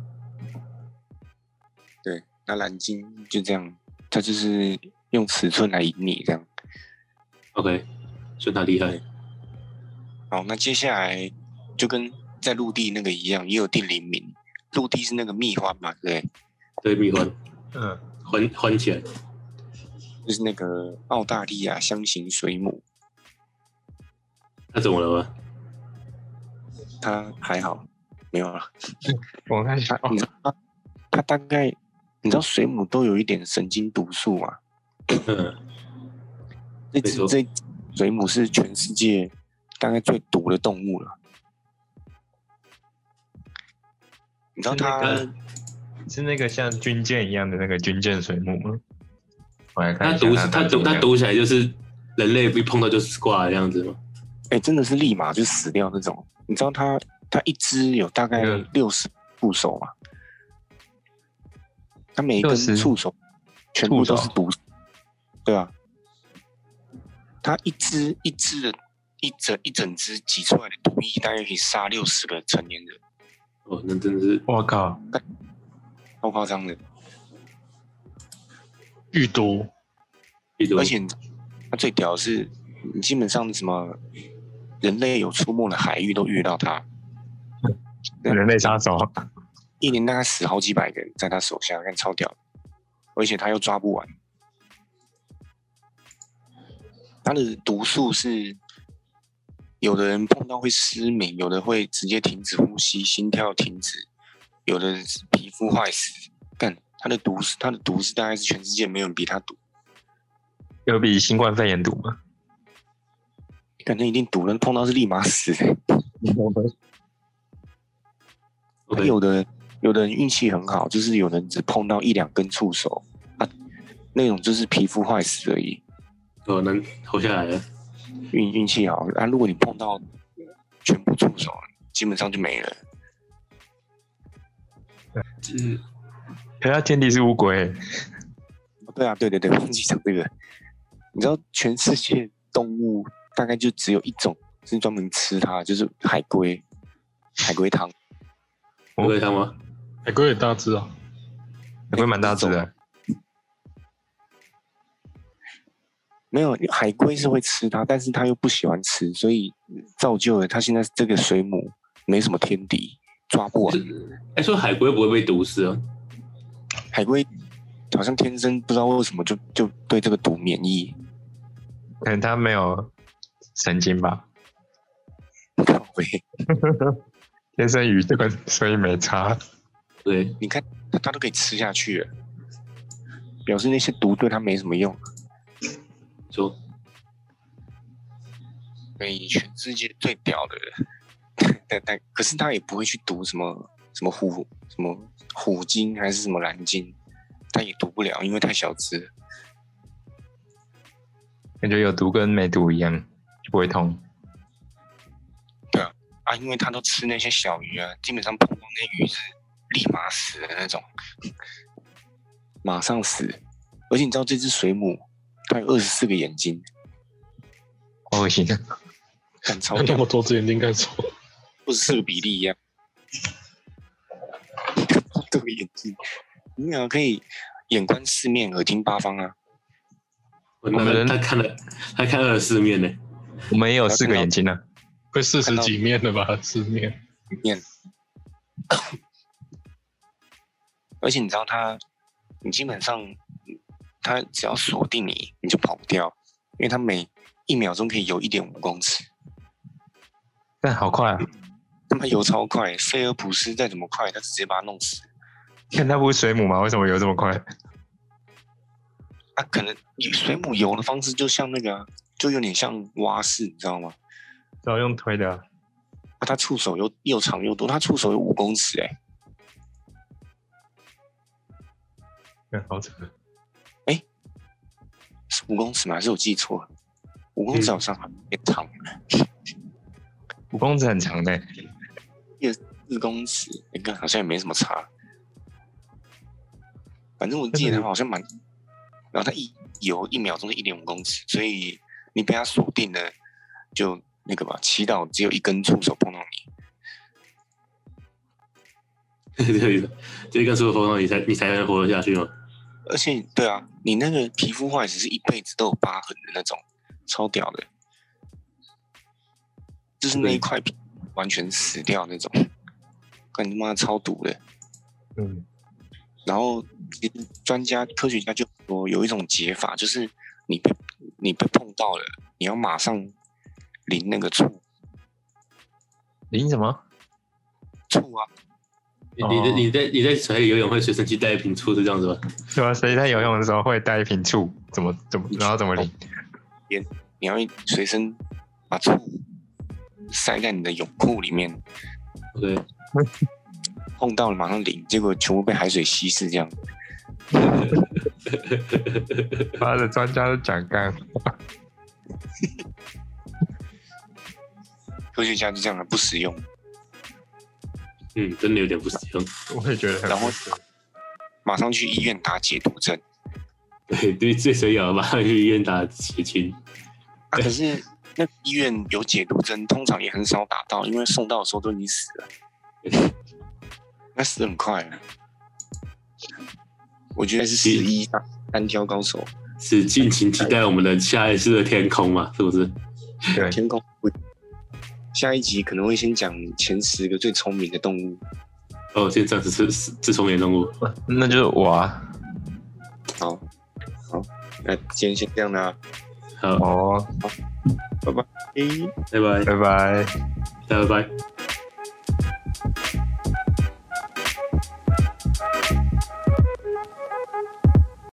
[SPEAKER 1] 对，那蓝鲸就这样，它就是用尺寸来赢你这样。
[SPEAKER 3] OK，算他厉害。
[SPEAKER 1] 好，那接下来就跟在陆地那个一样，也有定灵敏。陆地是那个蜜獾嘛，对不对？
[SPEAKER 3] 对，闭环
[SPEAKER 4] 嗯，
[SPEAKER 3] 环环起来，
[SPEAKER 1] 就是那个澳大利亚箱型水母，
[SPEAKER 3] 那怎么了吗？
[SPEAKER 1] 它还好，没有啊了。
[SPEAKER 4] 我看一下
[SPEAKER 1] 它
[SPEAKER 3] 啊
[SPEAKER 4] 哦
[SPEAKER 1] 你，知道它它大概，你知道水母都有一点神经毒素嘛？
[SPEAKER 3] 嗯，
[SPEAKER 1] 这
[SPEAKER 3] 没
[SPEAKER 1] 只
[SPEAKER 3] 错
[SPEAKER 1] 这水母是全世界大概最毒的动物了。你知道它、
[SPEAKER 3] 那
[SPEAKER 4] 是那个像军舰一样的那个军舰水母吗？我来看
[SPEAKER 3] 他
[SPEAKER 4] 一下
[SPEAKER 3] 读
[SPEAKER 4] 它
[SPEAKER 3] 嗯他
[SPEAKER 4] 长怎
[SPEAKER 3] 读
[SPEAKER 4] 么
[SPEAKER 3] 他
[SPEAKER 4] 样
[SPEAKER 3] 读起来就是人类一碰到就是挂这样子吗？
[SPEAKER 1] 哎、真的是立马就死掉那种。你知道它它一只有大概
[SPEAKER 4] 嗯
[SPEAKER 1] 六十触手嘛？它每一根
[SPEAKER 4] 60
[SPEAKER 1] 触手全部都
[SPEAKER 4] 触手
[SPEAKER 1] 是毒，对啊。它一只一只的，一整一整只挤出来的毒液，大概可以杀六十个成年人，
[SPEAKER 3] 哦，那真的是
[SPEAKER 4] 我靠，
[SPEAKER 1] 超夸张的。
[SPEAKER 2] 剧毒，
[SPEAKER 3] 一种
[SPEAKER 1] 而且它最屌的是，你基本上什么人类有出没的海域都遇到它，对
[SPEAKER 4] 人类杀手，
[SPEAKER 1] 一年大概死好几百个人在他手下，看超屌，而且他又抓不完。他的毒素是，有的人碰到会失明，有的会直接停止呼吸，心跳停止，有的人是皮肤坏死。干，他的毒是他的毒是大概是全世界没有人比他毒，
[SPEAKER 4] 有比新冠肺炎毒吗？
[SPEAKER 1] 感觉一定毒人碰到是立马死、还
[SPEAKER 3] OK，
[SPEAKER 1] 有的有的人运气很好，就是有人只碰到一两根触手啊，那种就是皮肤坏死而已。
[SPEAKER 3] 哦，能活下来了。
[SPEAKER 1] 运运气好啊，如果你碰到全部触手，基本上就没了。
[SPEAKER 3] 嗯，
[SPEAKER 4] 可是它天敌是乌龟，
[SPEAKER 1] 对啊，对对对，忘记讲这个。你知道全世界动物大概就只有一种是专门吃它，就是海龟，海龟汤。
[SPEAKER 3] 我给他吗？
[SPEAKER 2] 海龟也大只啊，
[SPEAKER 4] 海龟蛮大只的，
[SPEAKER 1] 没有海龟是会吃它，但是它又不喜欢吃，所以造就了它现在这个水母没什么天敌，抓不完。
[SPEAKER 3] 哎，说海龟不会被毒死哦？
[SPEAKER 1] 海龟好像天生不知道为什么就就对这个毒免疫，
[SPEAKER 4] 可能它没有神经吧，
[SPEAKER 1] 靠背
[SPEAKER 4] 天生愚钝，所以没差。
[SPEAKER 3] 对，
[SPEAKER 1] 你看它它都可以吃下去了，表示那些毒对它没什么用。
[SPEAKER 3] 说
[SPEAKER 1] 所以全世界最屌的人， 但但可是他也不会去毒什么什么虎什么虎鲸还是什么蓝鲸，他也毒不了，因为太小只了。
[SPEAKER 4] 感觉有毒跟没毒一样，就不会痛。
[SPEAKER 1] 啊，因为它都吃那些小鱼啊，基本上碰到那鱼是立马死的那种，马上死。而且你知道这只水母，它有二十四个眼睛，
[SPEAKER 4] 好恶心！啊
[SPEAKER 1] 很超
[SPEAKER 2] 有那
[SPEAKER 1] 屌，
[SPEAKER 2] 么多只眼睛干什么？
[SPEAKER 1] 二十四个比例一样，这个眼睛，你们两个可以眼观四面，耳听八方啊。
[SPEAKER 3] 哦那
[SPEAKER 4] 我们
[SPEAKER 3] 他他看了他看了四面呢，
[SPEAKER 4] 我们也有四个眼睛啊，
[SPEAKER 2] 会四十几面的吧，四面。
[SPEAKER 1] 而且你知道它，你基本上它只要锁定你，你就跑不掉，因为它每一秒钟可以游一点五公尺，
[SPEAKER 4] 但好快啊！
[SPEAKER 1] 他妈游超快，菲尔普斯再怎么快，他直接把它弄死。
[SPEAKER 4] 看它不是水母吗？为什么游这么快？
[SPEAKER 1] 啊，可能水母游的方式就像那个啊、就有点像蛙式，你知道吗？
[SPEAKER 4] 都要用推的，
[SPEAKER 1] 啊，它触手又又长又多，它触手有五公尺哎、
[SPEAKER 4] 嗯好扯。
[SPEAKER 1] 是五公尺吗？还是我记错了？五公尺
[SPEAKER 3] 嗯
[SPEAKER 1] 好像还变长了，
[SPEAKER 4] 五公尺很长的、
[SPEAKER 1] 四公尺，你、看好像也没什么差。反正我记
[SPEAKER 4] 真的
[SPEAKER 1] 得它好像蛮，然后它一游一秒钟是一点五公尺，所以你被它锁定了，就那个吧，祈祷只有一根触手碰到你，
[SPEAKER 3] 对，就一根手指头碰到你才你才能活得下去嘛。
[SPEAKER 1] 而且对啊，你那个皮肤坏死是一辈子都有疤痕的那种，超屌的，就是那一
[SPEAKER 4] 对
[SPEAKER 1] 块皮完全死掉那种，干你妈超毒的。
[SPEAKER 4] 嗯，
[SPEAKER 1] 然后其实专家科学家就说有一种解法，就是你被你被碰到了，你要马上淋那个醋
[SPEAKER 4] 淋什么？
[SPEAKER 1] 醋啊，
[SPEAKER 3] 你你
[SPEAKER 4] 哦
[SPEAKER 3] 的你在你在水里游泳会随身去带一瓶醋是这样子吧？
[SPEAKER 4] 对啊，谁在游泳的时候会带一瓶醋？怎么怎么，然后怎么淋？
[SPEAKER 1] 你要随身把醋塞在你的泳裤里面，
[SPEAKER 3] 对，
[SPEAKER 1] 碰到了马上淋，结果全部被海水稀释这样。
[SPEAKER 4] 他的专家都讲干话，
[SPEAKER 1] 科学家就这样了不实用，
[SPEAKER 3] 嗯，真的有点不实用。
[SPEAKER 4] 我也觉得很
[SPEAKER 1] 然后
[SPEAKER 4] 不爽
[SPEAKER 1] 马上去医院打解毒针
[SPEAKER 3] 对对，最水咬吧，去医院打血清。
[SPEAKER 1] 啊。可是那医院有解毒针，通常也很少打到，因为送到的时候都已经死了，那死得很快啊。我觉得是十一单挑高手，
[SPEAKER 3] 是敬请期待我们的下一次的天空嘛？是不是？
[SPEAKER 4] 对，
[SPEAKER 1] 天空会。下一集可能会先讲前十个最聪明的动物
[SPEAKER 3] 哦，现在暂时是是是重点任务。
[SPEAKER 4] 那就是我啊。
[SPEAKER 1] 好，好，那今天先这样啦、
[SPEAKER 3] 好，
[SPEAKER 4] 哦，
[SPEAKER 1] 诶、
[SPEAKER 3] 拜拜，
[SPEAKER 4] 拜拜。
[SPEAKER 3] 大家拜拜。